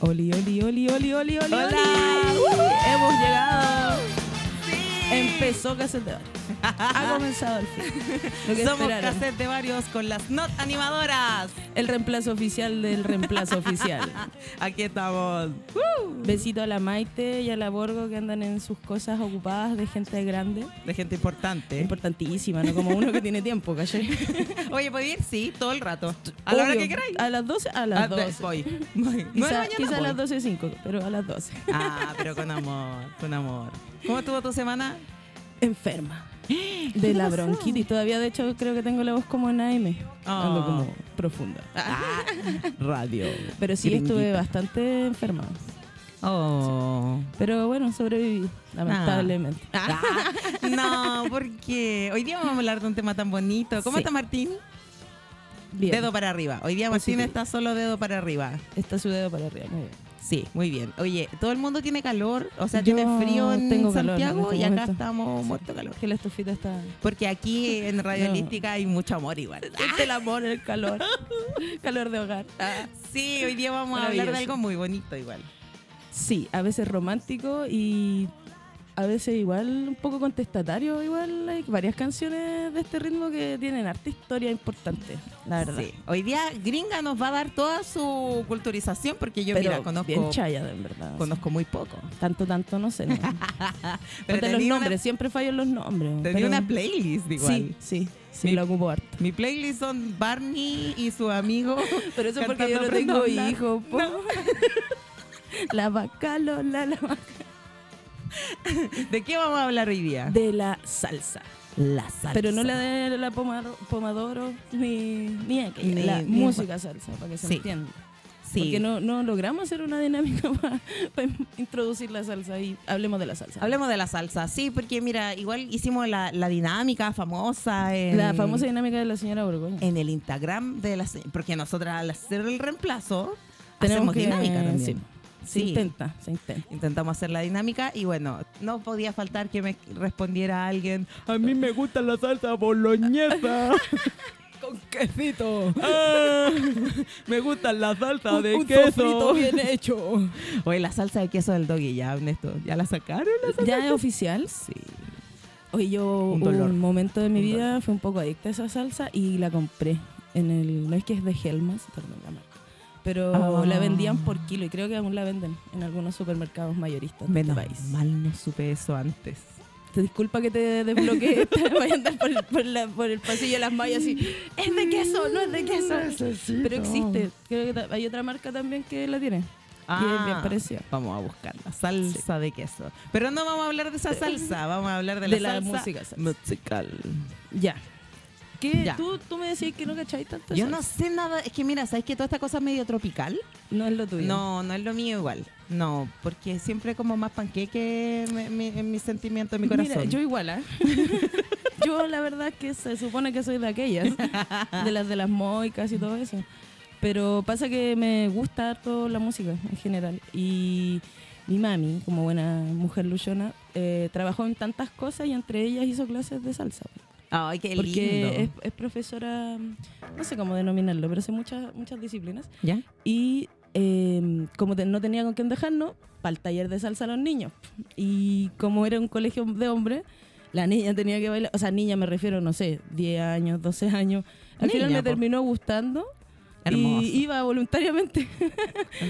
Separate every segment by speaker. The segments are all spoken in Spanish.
Speaker 1: Oli, oli, oli, oli, oli, oli, oli.
Speaker 2: Hola.
Speaker 1: Hemos llegado. Em, Empezó Cassette de Varios. Ha comenzado el fin. Lo que
Speaker 2: Somos
Speaker 1: esperaron.
Speaker 2: cassette de varios con las not animadoras.
Speaker 1: El reemplazo oficial del reemplazo oficial.
Speaker 2: Aquí estamos.
Speaker 1: Besito a la Maite y a la Borgo que andan en sus cosas ocupadas de gente grande.
Speaker 2: De gente importante.
Speaker 1: Importantísima, ¿no? Como uno que tiene tiempo, ¿cachai?
Speaker 2: Oye, ¿puedo ir? Sí, todo el rato. A la hora
Speaker 1: Obvio.
Speaker 2: que queráis.
Speaker 1: A las 12, a las
Speaker 2: Ah, de-
Speaker 1: 12.
Speaker 2: Voy. voy. No era
Speaker 1: Quizá,
Speaker 2: mañana,
Speaker 1: quizá a
Speaker 2: voy.
Speaker 1: las 12.05, pero a las 12.
Speaker 2: Ah, pero con amor, con amor. ¿Cómo estuvo tu semana?
Speaker 1: Enferma. De la bronquitis. Todavía, de hecho, creo que tengo la voz como en AM.
Speaker 2: Ah.
Speaker 1: Ando como profunda.
Speaker 2: Radio.
Speaker 1: Pero sí estuve bastante enferma.
Speaker 2: Oh.
Speaker 1: Pero bueno, sobreviví, lamentablemente.
Speaker 2: Ah, no, porque hoy día vamos a hablar de un tema tan bonito. ¿Cómo
Speaker 1: Sí.
Speaker 2: está Martín?
Speaker 1: Bien.
Speaker 2: Ah, Dedo para arriba. Hoy día Martín
Speaker 1: Positivo.
Speaker 2: está solo dedo para arriba.
Speaker 1: Está su dedo para arriba, muy bien.
Speaker 2: Sí, muy bien. Oye, todo el mundo tiene calor, o sea,
Speaker 1: Yo
Speaker 2: tiene frío en
Speaker 1: tengo calor en
Speaker 2: Santiago
Speaker 1: este
Speaker 2: y acá
Speaker 1: momento.
Speaker 2: estamos
Speaker 1: Sí.
Speaker 2: Oh, muerto calor.
Speaker 1: Que la estufita está...
Speaker 2: Porque aquí en Radio
Speaker 1: No.
Speaker 2: Holística hay mucho amor igual.
Speaker 1: Es Este el amor, el calor. calor de hogar.
Speaker 2: Ah, Sí, hoy día vamos a hablar de
Speaker 1: Maravilloso.
Speaker 2: algo muy bonito igual.
Speaker 1: Sí, a veces romántico y a veces igual un poco contestatario. Igual hay varias canciones de este ritmo que tienen arte historia importante, la verdad.
Speaker 2: Sí. Hoy día Gringa nos va a dar toda su culturización porque yo
Speaker 1: Pero
Speaker 2: mira, conozco
Speaker 1: bien chaya, en verdad.
Speaker 2: conozco muy poco.
Speaker 1: Tanto, tanto, no sé. ¿no?
Speaker 2: Pero
Speaker 1: Ponte los
Speaker 2: tenía una-
Speaker 1: nombres, siempre fallo en los nombres.
Speaker 2: tenía
Speaker 1: pero-
Speaker 2: una playlist igual.
Speaker 1: Sí, sí, sí,
Speaker 2: Mi-
Speaker 1: la ocupo harto.
Speaker 2: Mi playlist son Barney y su amigo.
Speaker 1: Pero eso porque yo
Speaker 2: cantando
Speaker 1: no tengo
Speaker 2: Prenda Blanca.
Speaker 1: hijos, po. La bacalola, la vaca-
Speaker 2: ¿De qué vamos a hablar hoy día?
Speaker 1: de la salsa.
Speaker 2: la salsa.
Speaker 1: Pero no la de la pomar- pomodoro ni, ni aquella,
Speaker 2: Ni-
Speaker 1: la
Speaker 2: ni-
Speaker 1: música salsa, para que se
Speaker 2: Sí.
Speaker 1: entienda.
Speaker 2: Sí.
Speaker 1: Porque no, no logramos hacer una dinámica para introducir la salsa y hablemos de la salsa.
Speaker 2: Hablemos de la salsa, sí, porque mira, igual hicimos la, la dinámica famosa en,
Speaker 1: la famosa dinámica de la señora Borgoña.
Speaker 2: en el Instagram de las porque nosotras al hacer el reemplazo
Speaker 1: Tenemos
Speaker 2: hacemos
Speaker 1: que- eh,
Speaker 2: dinámica
Speaker 1: sí.
Speaker 2: también.
Speaker 1: Se
Speaker 2: Sí.
Speaker 1: intenta, se intenta.
Speaker 2: Intentamos hacer la dinámica y bueno, no podía faltar que me respondiera alguien. A mí me gusta la salsa boloñesa.
Speaker 1: Con quesito.
Speaker 2: me gusta la salsa
Speaker 1: Un, un sofrito bien hecho.
Speaker 2: Oye, la salsa de queso del doggy, ya, Ernesto. ¿Ya la sacaron?
Speaker 1: ¿Ya es oficial? Sí. Oye, yo
Speaker 2: Un
Speaker 1: un,
Speaker 2: dolor.
Speaker 1: momento de mi
Speaker 2: Un
Speaker 1: vida fue un poco adicta a esa salsa y la compré en el... No es que es de Helmas, perdón la marca. Pero
Speaker 2: Ah.
Speaker 1: la vendían por kilo y creo que aún la venden en algunos supermercados mayoristas de
Speaker 2: Menos
Speaker 1: este país.
Speaker 2: mal no supe eso antes.
Speaker 1: Te disculpa que te desbloqueé, te voy a andar por, el- por la- por el pasillo de las mallas así. Es de queso, no es de queso. Pero existe. Creo que ta- hay otra marca también que la tiene. Y
Speaker 2: Ah.
Speaker 1: es bien parecida.
Speaker 2: Vamos a buscarla. Salsa de queso. Pero no vamos a hablar de esa salsa, vamos a hablar de la,
Speaker 1: De la
Speaker 2: salsa
Speaker 1: música salsa.
Speaker 2: musical.
Speaker 1: Ya. ¿Qué?
Speaker 2: Ya.
Speaker 1: ¿Tú, tú me decías que no cacháis tanto
Speaker 2: Yo
Speaker 1: salsa.
Speaker 2: no sé nada, es que mira, ¿sabes que toda esta cosa es medio tropical?
Speaker 1: No es lo tuyo.
Speaker 2: No, no es lo mío igual. No, porque siempre como más panqueque me- me- en mi sentimiento, en mi corazón.
Speaker 1: Mira, yo igual, ¿ah? yo la verdad es que se supone que soy de aquellas, de las de las moicas y todo eso. Pero pasa que me gusta harto la música en general. Y mi mami, como buena mujer luchona, eh, trabajó en tantas cosas y entre ellas hizo clases de salsa.
Speaker 2: Ay, qué
Speaker 1: porque es,
Speaker 2: lindo.
Speaker 1: es profesora, no sé cómo denominarlo, pero hace muchas, muchas disciplinas.
Speaker 2: ¿Ya?
Speaker 1: Y eh, como te- no tenía con quién dejarnos, para el taller de salsa a los niños. Y como era un colegio de hombres, la niña tenía que bailar. O sea, niña me refiero, no sé, 10 años, 12 años. Al final
Speaker 2: Niña,
Speaker 1: me
Speaker 2: po.
Speaker 1: terminó gustando.
Speaker 2: Hermoso.
Speaker 1: Y iba voluntariamente.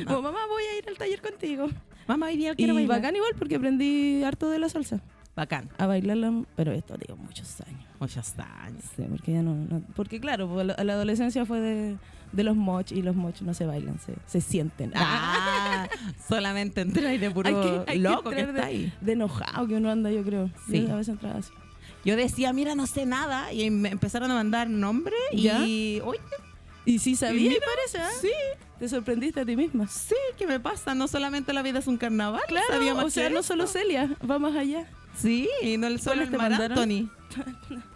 Speaker 1: Como, mamá, voy a ir al taller contigo.
Speaker 2: Mamá, hoy día
Speaker 1: Oh, Y
Speaker 2: quiero bailar.
Speaker 1: bacán igual porque aprendí harto de la salsa.
Speaker 2: Bacán. Oh,
Speaker 1: A bailarla, pero esto digo muchos años.
Speaker 2: Muchos años.
Speaker 1: Sí, porque ya no, no- Porque claro, pues, la, la adolescencia fue de, de los moch y los moch no se bailan, se, se sienten.
Speaker 2: Ah, solamente entra aire puro
Speaker 1: Hay que- hay que
Speaker 2: loco que,
Speaker 1: entrar
Speaker 2: está ahí.
Speaker 1: de enojado que uno anda, yo creo.
Speaker 2: Sí.
Speaker 1: Yo a veces entraba así.
Speaker 2: Yo decía, mira, no sé nada. Y me empezaron a mandar nombres.
Speaker 1: ¿Ya?
Speaker 2: Y, oye,
Speaker 1: Y sí
Speaker 2: Y
Speaker 1: sabía,
Speaker 2: mira,
Speaker 1: parece, ¿ah?
Speaker 2: sí,
Speaker 1: Te sorprendiste a ti misma.
Speaker 2: sí, ¿qué me pasa? No solamente la vida es un carnaval. sabía
Speaker 1: Claro,
Speaker 2: más
Speaker 1: o sea,
Speaker 2: que
Speaker 1: no
Speaker 2: eso.
Speaker 1: solo Celia, va más allá.
Speaker 2: Sí, y no el solo
Speaker 1: ¿Cuáles
Speaker 2: el
Speaker 1: te
Speaker 2: Mar
Speaker 1: mandaron?
Speaker 2: Anthony.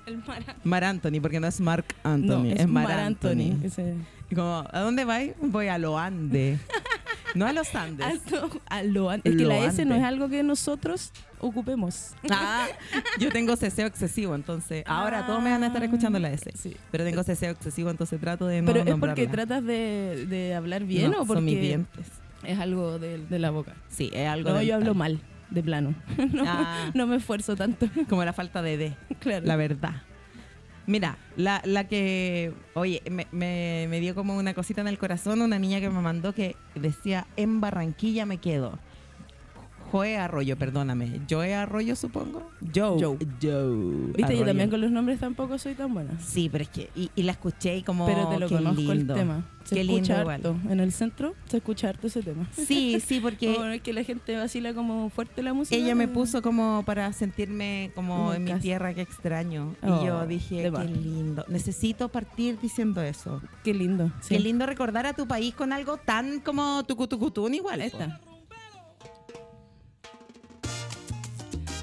Speaker 1: El mar.
Speaker 2: Mar Anthony, porque no es Mark Anthony,
Speaker 1: No,
Speaker 2: es, Mar Anthony.
Speaker 1: Ese-
Speaker 2: Y como, ¿a dónde vais? Voy a los Andes. no a los Andes.
Speaker 1: Alto, a lo an- es que la S
Speaker 2: Loante.
Speaker 1: no es algo que nosotros ocupemos.
Speaker 2: Ah, yo tengo ceseo excesivo, entonces ahora todos me van a estar escuchando la S.
Speaker 1: Sí.
Speaker 2: Pero tengo ceseo excesivo, entonces trato de no
Speaker 1: Pero es
Speaker 2: nombrarla.
Speaker 1: porque tratas de, de hablar bien
Speaker 2: No,
Speaker 1: o porque
Speaker 2: son mis dientes.
Speaker 1: Es algo de, de la boca.
Speaker 2: Sí, es algo.
Speaker 1: No, yo
Speaker 2: dental.
Speaker 1: hablo mal, de plano. No,
Speaker 2: Ah.
Speaker 1: no me esfuerzo tanto.
Speaker 2: Como la falta de D.
Speaker 1: Claro.
Speaker 2: La verdad. Mira, la, la que, oye, me, me- me dio como una cosita en el corazón una niña que me mandó que decía, en Barranquilla me quedo. Joe Arroyo, perdóname. Joe Arroyo, supongo. Joe.
Speaker 1: Joe. Viste, yo también con los nombres tampoco soy tan buena.
Speaker 2: Sí, pero es que, y, y la escuché y como,
Speaker 1: pero te lo
Speaker 2: qué
Speaker 1: conozco
Speaker 2: lindo.
Speaker 1: el tema. Se
Speaker 2: Qué lindo
Speaker 1: escucha
Speaker 2: igual.
Speaker 1: harto. En el centro se escucha harto ese tema.
Speaker 2: Sí, sí, porque
Speaker 1: Como es que la gente vacila como fuerte la música.
Speaker 2: ella me puso como para sentirme como
Speaker 1: Como
Speaker 2: en mi
Speaker 1: casa.
Speaker 2: tierra, que extraño.
Speaker 1: Oh,
Speaker 2: y yo dije,
Speaker 1: de
Speaker 2: qué
Speaker 1: más.
Speaker 2: lindo. Necesito partir diciendo eso.
Speaker 1: Qué lindo. sí.
Speaker 2: Qué lindo recordar a tu país con algo tan como tucutucutún igual. po.
Speaker 1: Esta.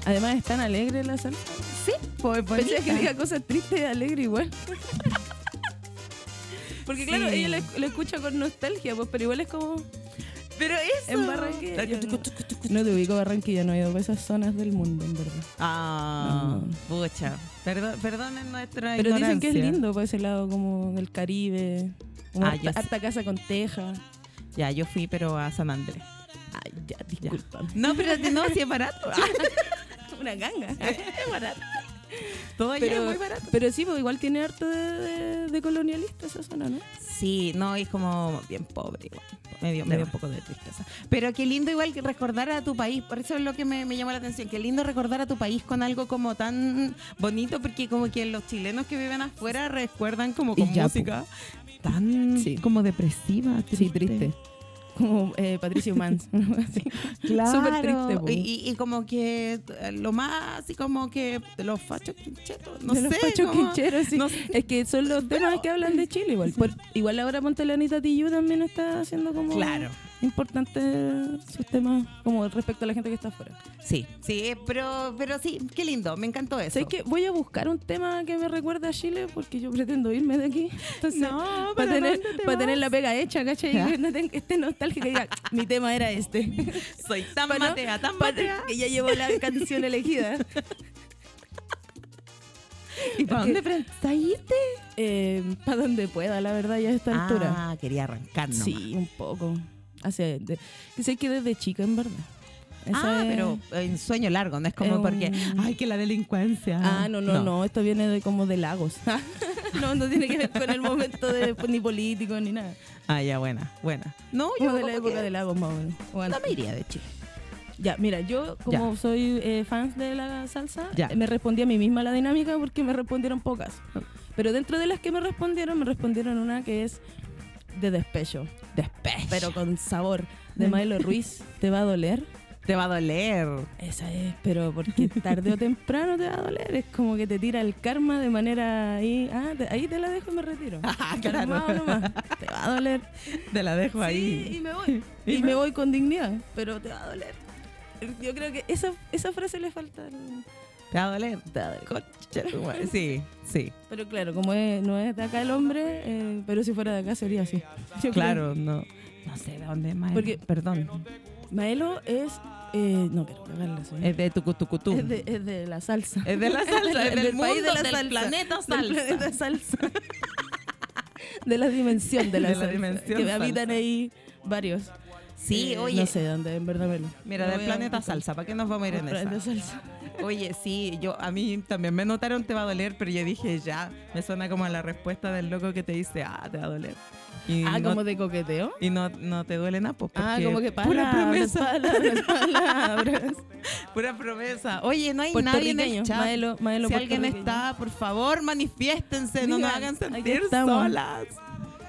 Speaker 1: Además es tan alegre la salsa.
Speaker 2: Sí, pues
Speaker 1: Pensé que diga cosas tristes y alegre igual. Porque claro,
Speaker 2: Sí.
Speaker 1: ella la, la escucha con nostalgia, pues, pero igual es como...
Speaker 2: Pero eso.
Speaker 1: En Barranquilla, yo no- No te ubico Barranquilla, no he ido a esas zonas del mundo, en verdad.
Speaker 2: Ah,
Speaker 1: No.
Speaker 2: pucha. Perdón, perdonen nuestra
Speaker 1: Pero dicen que es
Speaker 2: ignorancia.
Speaker 1: lindo por ese lado como del Caribe, como
Speaker 2: Ah, yo
Speaker 1: harta,
Speaker 2: sé.
Speaker 1: harta casa con teja.
Speaker 2: Ya, yo fui, pero a San Andrés.
Speaker 1: Ay, ya, discúlpame.
Speaker 2: No, pero no, si es barato. Ah,
Speaker 1: Una ganga.
Speaker 2: Ah, Todo allá
Speaker 1: pero,
Speaker 2: es muy barato.
Speaker 1: pero sí, pues igual tiene harto de, de, de colonialista esa zona, ¿no?
Speaker 2: Sí, no, es como bien pobre igual. Me dio, me dio un poco de tristeza. Pero qué lindo igual que recordar a tu país, por eso es lo que me, me llamó la atención, qué lindo recordar a tu país con algo como tan bonito, porque como que los chilenos que viven afuera recuerdan como
Speaker 1: Y
Speaker 2: con
Speaker 1: ya,
Speaker 2: música tan
Speaker 1: Sí.
Speaker 2: como depresiva, triste.
Speaker 1: Como eh, Patricio Mans. una cosa así.
Speaker 2: Claro.
Speaker 1: Súper triste, po.
Speaker 2: Y, y- y como que eh, lo más así como que de los fachos quinchetos, no
Speaker 1: de
Speaker 2: sé.
Speaker 1: los fachos
Speaker 2: como-
Speaker 1: quincheros, sí.
Speaker 2: no
Speaker 1: Es que son los temas que hablan de Chile igual. Por- igual ahora Ponte la Anita Tijoux también está haciendo como
Speaker 2: Claro.
Speaker 1: importante sus temas como respecto a la gente que está afuera.
Speaker 2: Sí, sí, pero, pero sí, qué lindo, me encantó eso.
Speaker 1: ¿Sabes que Voy a buscar un tema que me recuerde a Chile porque yo pretendo irme de aquí. Entonces,
Speaker 2: No,
Speaker 1: para
Speaker 2: ¿pero
Speaker 1: tener,
Speaker 2: dónde te
Speaker 1: para tener
Speaker 2: vas?
Speaker 1: la pega hecha, ¿cachai? Que no ten- que esté nostálgica y diga, mi tema era este.
Speaker 2: Soy tan
Speaker 1: Para no-
Speaker 2: matea, tan
Speaker 1: para-
Speaker 2: matea.
Speaker 1: Que ya llevó la canción elegida.
Speaker 2: ¿Y para
Speaker 1: Porque-
Speaker 2: dónde pensás irte?
Speaker 1: para Eh, donde pueda, la verdad, ya a esta altura.
Speaker 2: Ah, quería arrancar nomás.
Speaker 1: Sí, un poco. Hace, de- que sé que desde chica, en verdad. Eso
Speaker 2: Ah,
Speaker 1: es-
Speaker 2: pero en sueño largo, no es como
Speaker 1: es
Speaker 2: porque,
Speaker 1: un-
Speaker 2: ay, que la delincuencia.
Speaker 1: Ah, no, no, no, esto viene de como de lagos. no, no tiene que ver con el momento de, ni político ni nada.
Speaker 2: Ah, ya, buena, buena. No, yo
Speaker 1: Como de la
Speaker 2: como
Speaker 1: época
Speaker 2: que
Speaker 1: de lagos, más o menos. O
Speaker 2: No
Speaker 1: antes.
Speaker 2: me iría de Chile.
Speaker 1: Ya, mira, yo como soy eh, fans de la salsa,
Speaker 2: Ya.
Speaker 1: me respondí a mí misma la dinámica porque me respondieron pocas. Pero dentro de las que me respondieron, me respondieron una que es de despecho,
Speaker 2: Despecho.
Speaker 1: pero con sabor, de Milo Ruiz. ¿Te va a doler?
Speaker 2: te va a doler.
Speaker 1: Esa es, pero porque tarde o temprano te va a doler. Es como que te tira el karma de manera ahí. Ah, te- ahí te la dejo y me retiro.
Speaker 2: Ah,
Speaker 1: Calmado
Speaker 2: claro.
Speaker 1: nomás, Te va a doler.
Speaker 2: Te la dejo ahí.
Speaker 1: Sí, y me voy.
Speaker 2: Y
Speaker 1: Y
Speaker 2: me-
Speaker 1: me voy con dignidad, pero te va a doler. Yo creo que esa, esa frase le falta. al-
Speaker 2: Te va a doler. Te va a doler. Concha tu madre. Sí, sí.
Speaker 1: Pero claro, como es- no es de acá el hombre, eh, pero si fuera de acá sería así. Yo creo.
Speaker 2: Claro, no. No sé de dónde más.
Speaker 1: Porque-
Speaker 2: perdón.
Speaker 1: Maelo es. eh, no quiero cagarla, soy-
Speaker 2: Es de tucutucutum.
Speaker 1: es de, es de la salsa.
Speaker 2: Es de la salsa, es del, mundo,
Speaker 1: país de la
Speaker 2: del
Speaker 1: salsa,
Speaker 2: planeta salsa.
Speaker 1: Del planeta salsa. de la dimensión de la,
Speaker 2: De la
Speaker 1: salsa.
Speaker 2: dimensión
Speaker 1: que
Speaker 2: salsa.
Speaker 1: habitan ahí varios.
Speaker 2: Sí,
Speaker 1: Eh,
Speaker 2: oye.
Speaker 1: No sé dónde, en verdad, Maelo.
Speaker 2: Mira,
Speaker 1: No
Speaker 2: del
Speaker 1: voy a-
Speaker 2: planeta salsa, ¿para qué nos vamos a ir en
Speaker 1: Planeta
Speaker 2: esa?
Speaker 1: salsa.
Speaker 2: Oye, sí, yo a mí también me notaron te va a doler, pero yo dije ya, me suena como a la respuesta del loco que te dice, ah, te va a doler. Y
Speaker 1: Ah,
Speaker 2: no,
Speaker 1: como de coqueteo.
Speaker 2: y no, no te duele nada, pues,
Speaker 1: Ah,
Speaker 2: porque
Speaker 1: como que
Speaker 2: pura
Speaker 1: palabras,
Speaker 2: promesa,
Speaker 1: palabras, palabras.
Speaker 2: pura promesa. Oye, no hay nadie en el
Speaker 1: Puertorriqueño,
Speaker 2: chat.
Speaker 1: Maelo, Maelo
Speaker 2: si alguien
Speaker 1: puertorriqueño.
Speaker 2: está, por favor, manifiéstense, no nos
Speaker 1: Digan,
Speaker 2: hagan
Speaker 1: aquí
Speaker 2: sentir
Speaker 1: estamos.
Speaker 2: solas.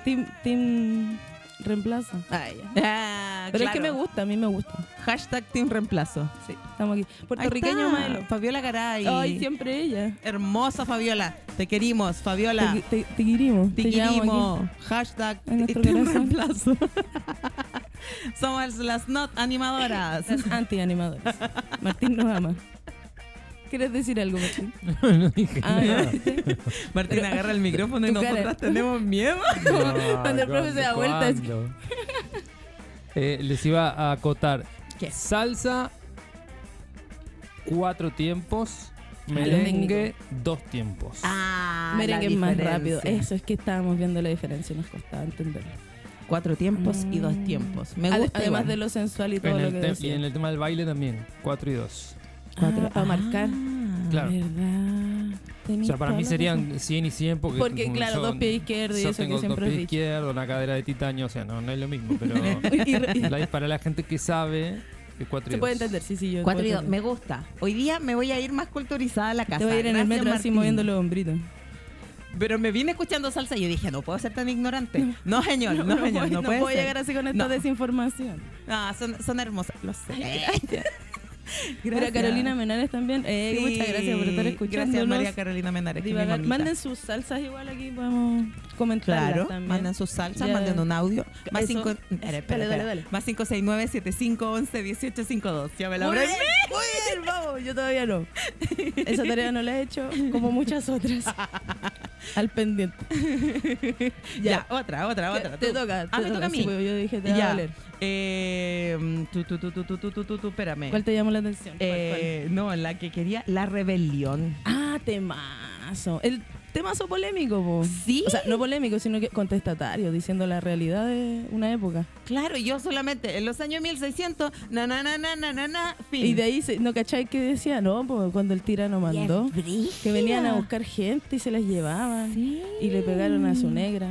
Speaker 1: Team, team reemplaza.
Speaker 2: Ah,
Speaker 1: Pero es que me
Speaker 2: claro.
Speaker 1: gusta, a mí me gusta.
Speaker 2: Hashtag Team Reemplazo. Sí.
Speaker 1: Estamos aquí. Puertorriqueño
Speaker 2: Puertorriqueño
Speaker 1: Maelo.
Speaker 2: Maelo. Fabiola Garay.
Speaker 1: Ay, siempre ella.
Speaker 2: Hermosa Fabiola. Te querimos, Fabiola.
Speaker 1: Te, te, te queremos,
Speaker 2: Te
Speaker 1: te llevamos
Speaker 2: querimos. Hashtag
Speaker 1: En nuestro
Speaker 2: Team
Speaker 1: corazón.
Speaker 2: Reemplazo. Somos las not animadoras.
Speaker 1: aquí. Las anti-animadoras. Martín nos ama. ¿Quieres decir algo, Martín?
Speaker 3: no dije
Speaker 1: Ah,
Speaker 3: nada.
Speaker 1: ya, ¿viste?
Speaker 2: Martín agarra el micrófono y
Speaker 1: Tu cara.
Speaker 2: nosotras tenemos miedo.
Speaker 3: No,
Speaker 1: Cuando el profe se da
Speaker 3: ¿cuándo?
Speaker 1: vuelta, es-
Speaker 3: ¿Cuándo? Eh, les iba a acotar.
Speaker 2: ¿Qué?
Speaker 3: Salsa, cuatro tiempos.
Speaker 1: Ah, lo
Speaker 3: Merengue, dos tiempos.
Speaker 2: Ah,
Speaker 1: Merengue es más rápido. Eso es que estábamos viendo la diferencia y nos costaba entenderlo.
Speaker 2: cuatro tiempos y dos tiempos. Me
Speaker 1: Ade-
Speaker 2: gusta.
Speaker 1: Además
Speaker 2: igual.
Speaker 1: de lo sensual y todo
Speaker 3: En
Speaker 1: lo
Speaker 3: el
Speaker 1: que
Speaker 3: te- y
Speaker 1: decía.
Speaker 3: en el tema del baile también, 4 y 2.
Speaker 1: Cuatro, para marcar.
Speaker 2: Ah.
Speaker 3: Claro.
Speaker 1: ¿Verdad?
Speaker 3: O sea, para mí serían 100 y 100 porque...
Speaker 1: Porque,
Speaker 3: mm,
Speaker 1: claro, dos pies izquierdos y
Speaker 3: yo
Speaker 1: eso que
Speaker 3: tengo
Speaker 1: siempre
Speaker 3: dos
Speaker 1: has
Speaker 3: pies
Speaker 1: dicho.
Speaker 3: izquierdos, una cadera de titanio, o sea, no, no es lo mismo, pero la- para la gente que sabe, es 4 y
Speaker 1: Se puede
Speaker 3: dos.
Speaker 1: entender, sí, sí. Yo
Speaker 2: Cuatro y
Speaker 1: puedo
Speaker 2: dos.
Speaker 1: entender.
Speaker 2: Me gusta. Hoy día me voy a ir más culturizada a la casa.
Speaker 1: Te voy a ir en el
Speaker 2: Gracias,
Speaker 1: metro así
Speaker 2: Martín.
Speaker 1: moviendo los hombritos.
Speaker 2: Pero me vine escuchando salsa y yo dije, no puedo ser tan ignorante. No, señor, no, señor,
Speaker 1: puedo-
Speaker 2: no, puede
Speaker 1: puedo
Speaker 2: ser.
Speaker 1: llegar así con esta
Speaker 2: No.
Speaker 1: desinformación.
Speaker 2: Ah, son, son hermosas. Lo sé.
Speaker 1: Pero a Carolina Menares también. Eh,
Speaker 2: Sí,
Speaker 1: Muchas gracias por estar
Speaker 2: Gracias,
Speaker 1: escuchándonos.
Speaker 2: María Carolina Menares. que es mi
Speaker 1: Divagar.
Speaker 2: mamita.
Speaker 1: Manden sus salsas igual aquí, podemos comentarlas
Speaker 2: Claro,
Speaker 1: también.
Speaker 2: manden sus salsas,
Speaker 1: Ya.
Speaker 2: manden un audio. Más
Speaker 1: Eso.
Speaker 2: 5
Speaker 1: Dale, dale, dale.
Speaker 2: Más 569 7511 1852. Ya me la
Speaker 1: Muy
Speaker 2: habré.
Speaker 1: bien, muy bien, vamos, yo todavía no. Esa tarea no la he hecho, como muchas otras. Al pendiente.
Speaker 2: Ya, otra, otra,
Speaker 1: Te-
Speaker 2: otra.
Speaker 1: Te,
Speaker 2: tú.
Speaker 1: toca.
Speaker 2: Ah,
Speaker 1: te
Speaker 2: me
Speaker 1: toca,
Speaker 2: toca a
Speaker 1: sí,
Speaker 2: mí.
Speaker 1: pues, yo dije, te va a
Speaker 2: Ya.
Speaker 1: doler.
Speaker 2: Eh, tú, tú, tú, tú, tú, tú, tú, tú, tú, espérame.
Speaker 1: ¿Cuál te llamó la atención? ¿Cuál,
Speaker 2: Eh, No, la que quería, la rebelión.
Speaker 1: cuál? Ah, temazo. El temazo polémico, po.
Speaker 2: Sí.
Speaker 1: O sea, no polémico, sino que contestatario, diciendo la realidad de una época.
Speaker 2: Claro, yo solamente en los años 1600, na, na, na, na, na, na, na, fin.
Speaker 1: Y de ahí, se- ¿no cachai que decía? No, po, cuando el tirano mandó, que venían a buscar gente y se las llevaban. Y le pegaron a su negra.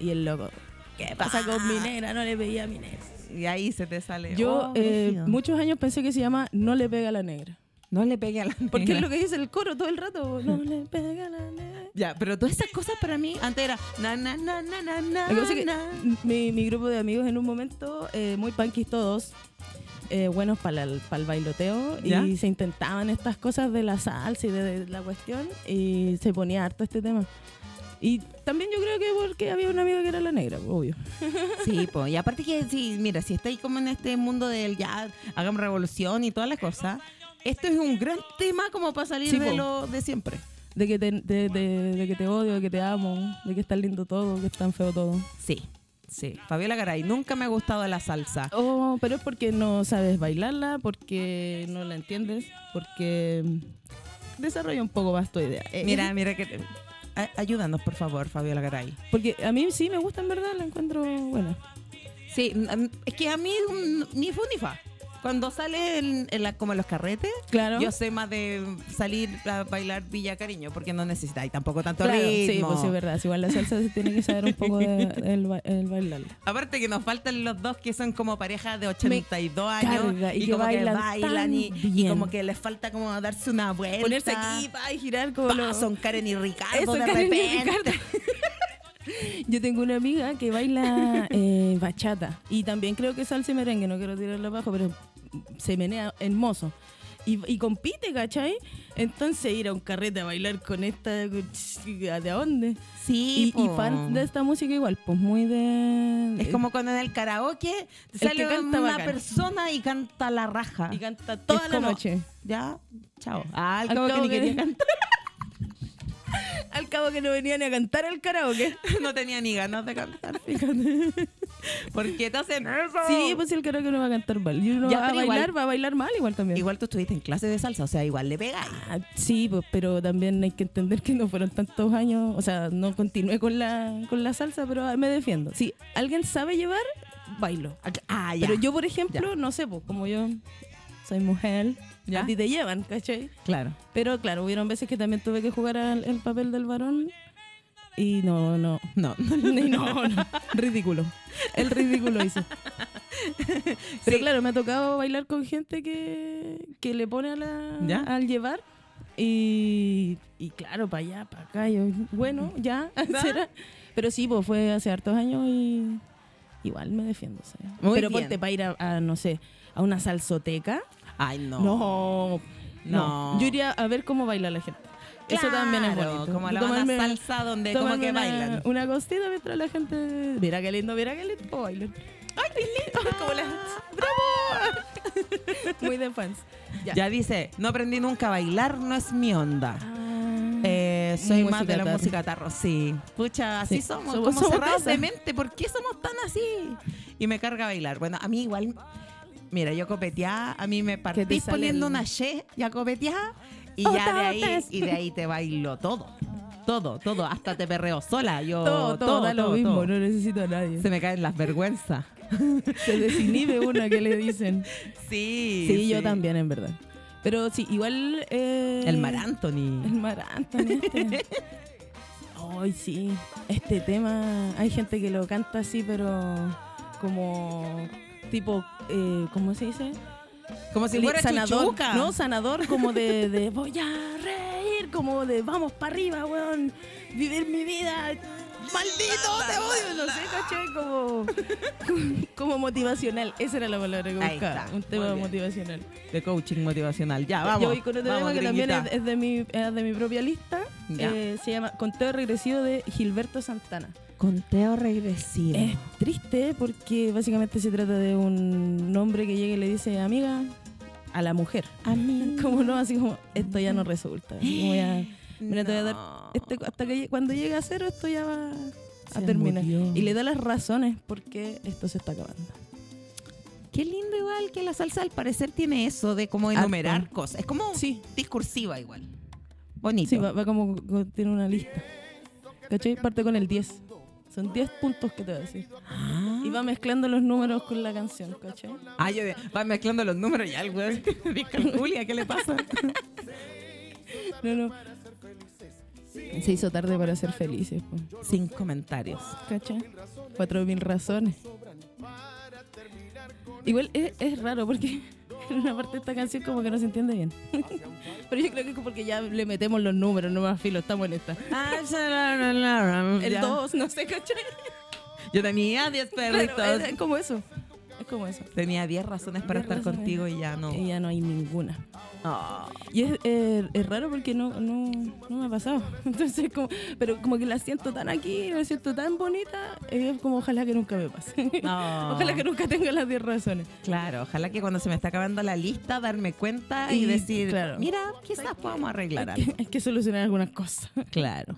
Speaker 1: Y el loco, ¿qué pasa con mi negra? No le pegué a mi negra.
Speaker 2: Y ahí se te sale.
Speaker 1: Yo
Speaker 2: Ah. oh,
Speaker 1: eh,
Speaker 2: brígido.
Speaker 1: muchos años pensé que se llama No le pega a la negra.
Speaker 2: no le pegué a la
Speaker 1: Porque es
Speaker 2: negra.
Speaker 1: lo que dice el coro todo el rato. No le pega a la negra.
Speaker 2: Ya, pero todas esas cosas para mí antes era na na na na na na.
Speaker 1: La cosa es que
Speaker 2: na.
Speaker 1: mi, mi grupo de amigos en un momento, eh, muy panquis todos, eh, buenos para el, para el bailoteo,
Speaker 2: ¿Ya?
Speaker 1: y se intentaban estas cosas de la salsa y de, de la cuestión, y se ponía harto este tema. Y también yo creo que porque había un amigo que era la negra, obvio.
Speaker 2: Sí, po. Y aparte que sí, mira, si estáis como en este mundo del ya hagamos revolución y todas las cosas, esto es un gran tema como para salir
Speaker 1: Sí,
Speaker 2: de
Speaker 1: po.
Speaker 2: lo de siempre.
Speaker 1: De que, te, de, de- de que te odio, de que te amo, de que es tan lindo todo, que es tan feo todo.
Speaker 2: Sí. Sí, Fabiola Garay, nunca me ha gustado la salsa.
Speaker 1: Oh, pero es porque no sabes bailarla, porque no la entiendes, porque mm, desarrolla un poco más tu idea. Eh,
Speaker 2: Mira, mira que a- ayúdanos, por favor, Fabiola Garay.
Speaker 1: Porque a mí sí me gusta en verdad, la encuentro buena.
Speaker 2: Sí, mm, es que a mí mm, ni fu ni fa. Cuando sale en, en la- como en los carretes,
Speaker 1: Claro.
Speaker 2: yo sé más de salir a bailar Villa Cariño, porque no necesitáis tampoco tanto
Speaker 1: claro,
Speaker 2: ritmo.
Speaker 1: sí, pues sí, es verdad. Si igual la salsa se tiene que saber un poco de, el, ba- el bailarla.
Speaker 2: Aparte que nos faltan los dos que son como pareja de 82 años
Speaker 1: carga, y que
Speaker 2: como
Speaker 1: bailan
Speaker 2: que bailan
Speaker 1: tan
Speaker 2: y, y
Speaker 1: bien.
Speaker 2: como que les falta como darse una vuelta.
Speaker 1: Ponerse aquí para girar como
Speaker 2: Pa,
Speaker 1: lo-
Speaker 2: Son Karen y Ricardo
Speaker 1: Eso,
Speaker 2: de
Speaker 1: Karen y
Speaker 2: repente.
Speaker 1: Ricardo. Yo tengo una amiga que baila eh, bachata y también creo que salsa y merengue, no quiero tirarlo abajo, pero se menea hermoso. Y, y compite, ¿cachai? Entonces ir a un carrete a bailar con esta... ¿De dónde?
Speaker 2: Sí,
Speaker 1: Y, y
Speaker 2: po.
Speaker 1: fan de esta música igual, pues muy de... eh,
Speaker 2: Es como cuando en el karaoke
Speaker 1: que
Speaker 2: sale
Speaker 1: canta
Speaker 2: una
Speaker 1: bacán.
Speaker 2: persona y canta la raja.
Speaker 1: Y canta toda
Speaker 2: Es
Speaker 1: la
Speaker 2: como-
Speaker 1: noche.
Speaker 2: Ya, chao. Ah,
Speaker 1: Al
Speaker 2: al cabo que
Speaker 1: cabo
Speaker 2: ni
Speaker 1: que-
Speaker 2: quería cantar.
Speaker 1: Al cabo que no venía ni a cantar al karaoke.
Speaker 2: No tenía ni ganas de cantar. Porque te hacen eso.
Speaker 1: Sí, pues si el karaoke no va a cantar mal. Y uno
Speaker 2: Ya,
Speaker 1: va a
Speaker 2: pero
Speaker 1: bailar,
Speaker 2: igual-
Speaker 1: va a bailar mal igual también.
Speaker 2: Igual tú estuviste en clase de salsa, o sea, igual le pegáis.
Speaker 1: Ah, sí, pues, pero también hay que entender que no fueron tantos años, o sea, no continué con la, con la salsa, pero ah, me defiendo. Si alguien sabe llevar, bailo.
Speaker 2: Ah,
Speaker 1: Pero yo, por ejemplo, no sé, pues, como yo soy mujer,
Speaker 2: Ya.
Speaker 1: a ti te llevan, ¿cachai?
Speaker 2: Claro.
Speaker 1: Pero claro, hubieron veces que también tuve que jugar al el papel del varón y no, no.
Speaker 2: No,
Speaker 1: Y no, no. Ridículo. El ridículo hizo. Pero
Speaker 2: Sí.
Speaker 1: claro, me ha tocado bailar con gente que, que le pone a la-
Speaker 2: ¿Ya?
Speaker 1: al llevar. Y, y claro, para allá, para acá. yo, bueno, ya, será. Pero sí, pues fue hace hartos años y igual me defiendo. ¿sabes?
Speaker 2: Muy
Speaker 1: Pero
Speaker 2: bien.
Speaker 1: ponte para ir a, a, no sé, a una salsoteca.
Speaker 2: Ay, no.
Speaker 1: No. No.
Speaker 2: No.
Speaker 1: Yo iría a ver cómo baila la gente. Eso también es
Speaker 2: Claro,
Speaker 1: bonito.
Speaker 2: Como la
Speaker 1: Tomarme-
Speaker 2: banda salsa donde como
Speaker 1: Tomarme
Speaker 2: que
Speaker 1: una,
Speaker 2: bailan.
Speaker 1: Una costita mientras la gente. Mira qué lindo, mira qué lindo. cómo bailan. ¡Ay, qué lindo! Como las. ¡Bravo! Muy de fans. Ya.
Speaker 2: Ya dice, no aprendí nunca a bailar, no es mi onda.
Speaker 1: Ah,
Speaker 2: Eh, soy
Speaker 1: música
Speaker 2: más de la
Speaker 1: tarro.
Speaker 2: música tarro, sí. Pucha,
Speaker 1: Sí,
Speaker 2: así somos,
Speaker 1: somos-
Speaker 2: como
Speaker 1: somos
Speaker 2: cerrados
Speaker 1: de
Speaker 2: de
Speaker 1: esas.
Speaker 2: mente. ¿Por qué somos tan así? Y me carga bailar. Bueno, a mí igual, mira, yo copeteaba, a mí me partí
Speaker 1: sale
Speaker 2: poniendo
Speaker 1: el-
Speaker 2: una ye, ya copeteaba, y
Speaker 1: Oh,
Speaker 2: ya de ahí,
Speaker 1: tates.
Speaker 2: y de ahí te bailo todo. Todo, todo. Hasta te perreo sola. Yo,
Speaker 1: Todo, todo, da lo
Speaker 2: todo,
Speaker 1: mismo,
Speaker 2: todo.
Speaker 1: no necesito a nadie.
Speaker 2: Se me caen las vergüenzas.
Speaker 1: Se desinhibe una que le dicen.
Speaker 2: Sí,
Speaker 1: Sí, yo también, en verdad. Pero sí, igual... eh,
Speaker 2: El Mar Anthony.
Speaker 1: El Mar Anthony este. Ay, sí. Este tema, hay gente que lo canta así, pero como tipo, eh, ¿cómo se dice?
Speaker 2: Como si
Speaker 1: Li-
Speaker 2: fuera
Speaker 1: sanador.
Speaker 2: chuchuca.
Speaker 1: No, sanador como de, de voy a reír, como de vamos para arriba, weón, vivir mi vida. Maldito, te odio, no sé, caché, como, como, motivacional. Esa era la palabra que
Speaker 2: Ahí
Speaker 1: buscaba,
Speaker 2: está,
Speaker 1: un tema
Speaker 2: muy bien.
Speaker 1: motivacional.
Speaker 2: De coaching motivacional. Ya, vamos.
Speaker 1: Yo voy con otro
Speaker 2: vamos,
Speaker 1: tema que también
Speaker 2: gringuita.
Speaker 1: es, es de mi, es de mi propia lista.
Speaker 2: Ya.
Speaker 1: Eh, se llama Conteo Regresivo de Gilberto Santana.
Speaker 2: Conteo regresivo.
Speaker 1: Es triste porque básicamente se trata de un hombre que llega y le dice amiga a la mujer.
Speaker 2: a mí.
Speaker 1: Como no, así como esto ya no resulta. así como ya- mira, te voy a dar este- hasta que llegue- cuando llegue a cero esto ya va a
Speaker 2: Se
Speaker 1: terminar.
Speaker 2: murió.
Speaker 1: Y le da las razones por qué esto se está acabando.
Speaker 2: Qué lindo igual que la salsa al parecer tiene eso de como
Speaker 1: Harto.
Speaker 2: enumerar cosas. Es como
Speaker 1: Sí.
Speaker 2: discursiva igual. Bonito.
Speaker 1: Sí, va, va como co- tiene una lista. ¿Cachai? Parte con el 10. Son 10 puntos que te voy a decir.
Speaker 2: Ah.
Speaker 1: Y va mezclando los números con la canción, ¿cachai?
Speaker 2: Ah, yo de- va mezclando los números ya, el weón. Discalculia, ¿qué le pasa?
Speaker 1: No, no. Se hizo tarde para ser felices, po,
Speaker 2: Sin comentarios.
Speaker 1: ¿cachai? Cuatro mil razones. Igual es, es raro porque en una parte de esta canción como que no se entiende bien. Pero yo creo que es porque ya le metemos los números, no más filo, estamos en esta. El 2, no sé, ¿cachai?
Speaker 2: Yo tenía 10 perritos.
Speaker 1: Claro, es, es como eso. Es como eso.
Speaker 2: Tenía 10 razones para
Speaker 1: Diez
Speaker 2: estar
Speaker 1: razones.
Speaker 2: contigo y ya no.
Speaker 1: Y ya no hay ninguna.
Speaker 2: Ah.
Speaker 1: Y es, eh, es raro porque no, no, no me ha pasado. Entonces, como, pero como que la siento tan aquí, la siento tan bonita, eh, es como ojalá que nunca me pase.
Speaker 2: No.
Speaker 1: Ojalá que nunca tenga las 10 razones.
Speaker 2: Claro, ojalá que cuando se me está acabando la lista darme cuenta y,
Speaker 1: Y,
Speaker 2: decir,
Speaker 1: claro.
Speaker 2: mira, quizás podamos arreglar
Speaker 1: Hay
Speaker 2: algo.
Speaker 1: que, hay que solucionar algunas cosas.
Speaker 2: Claro.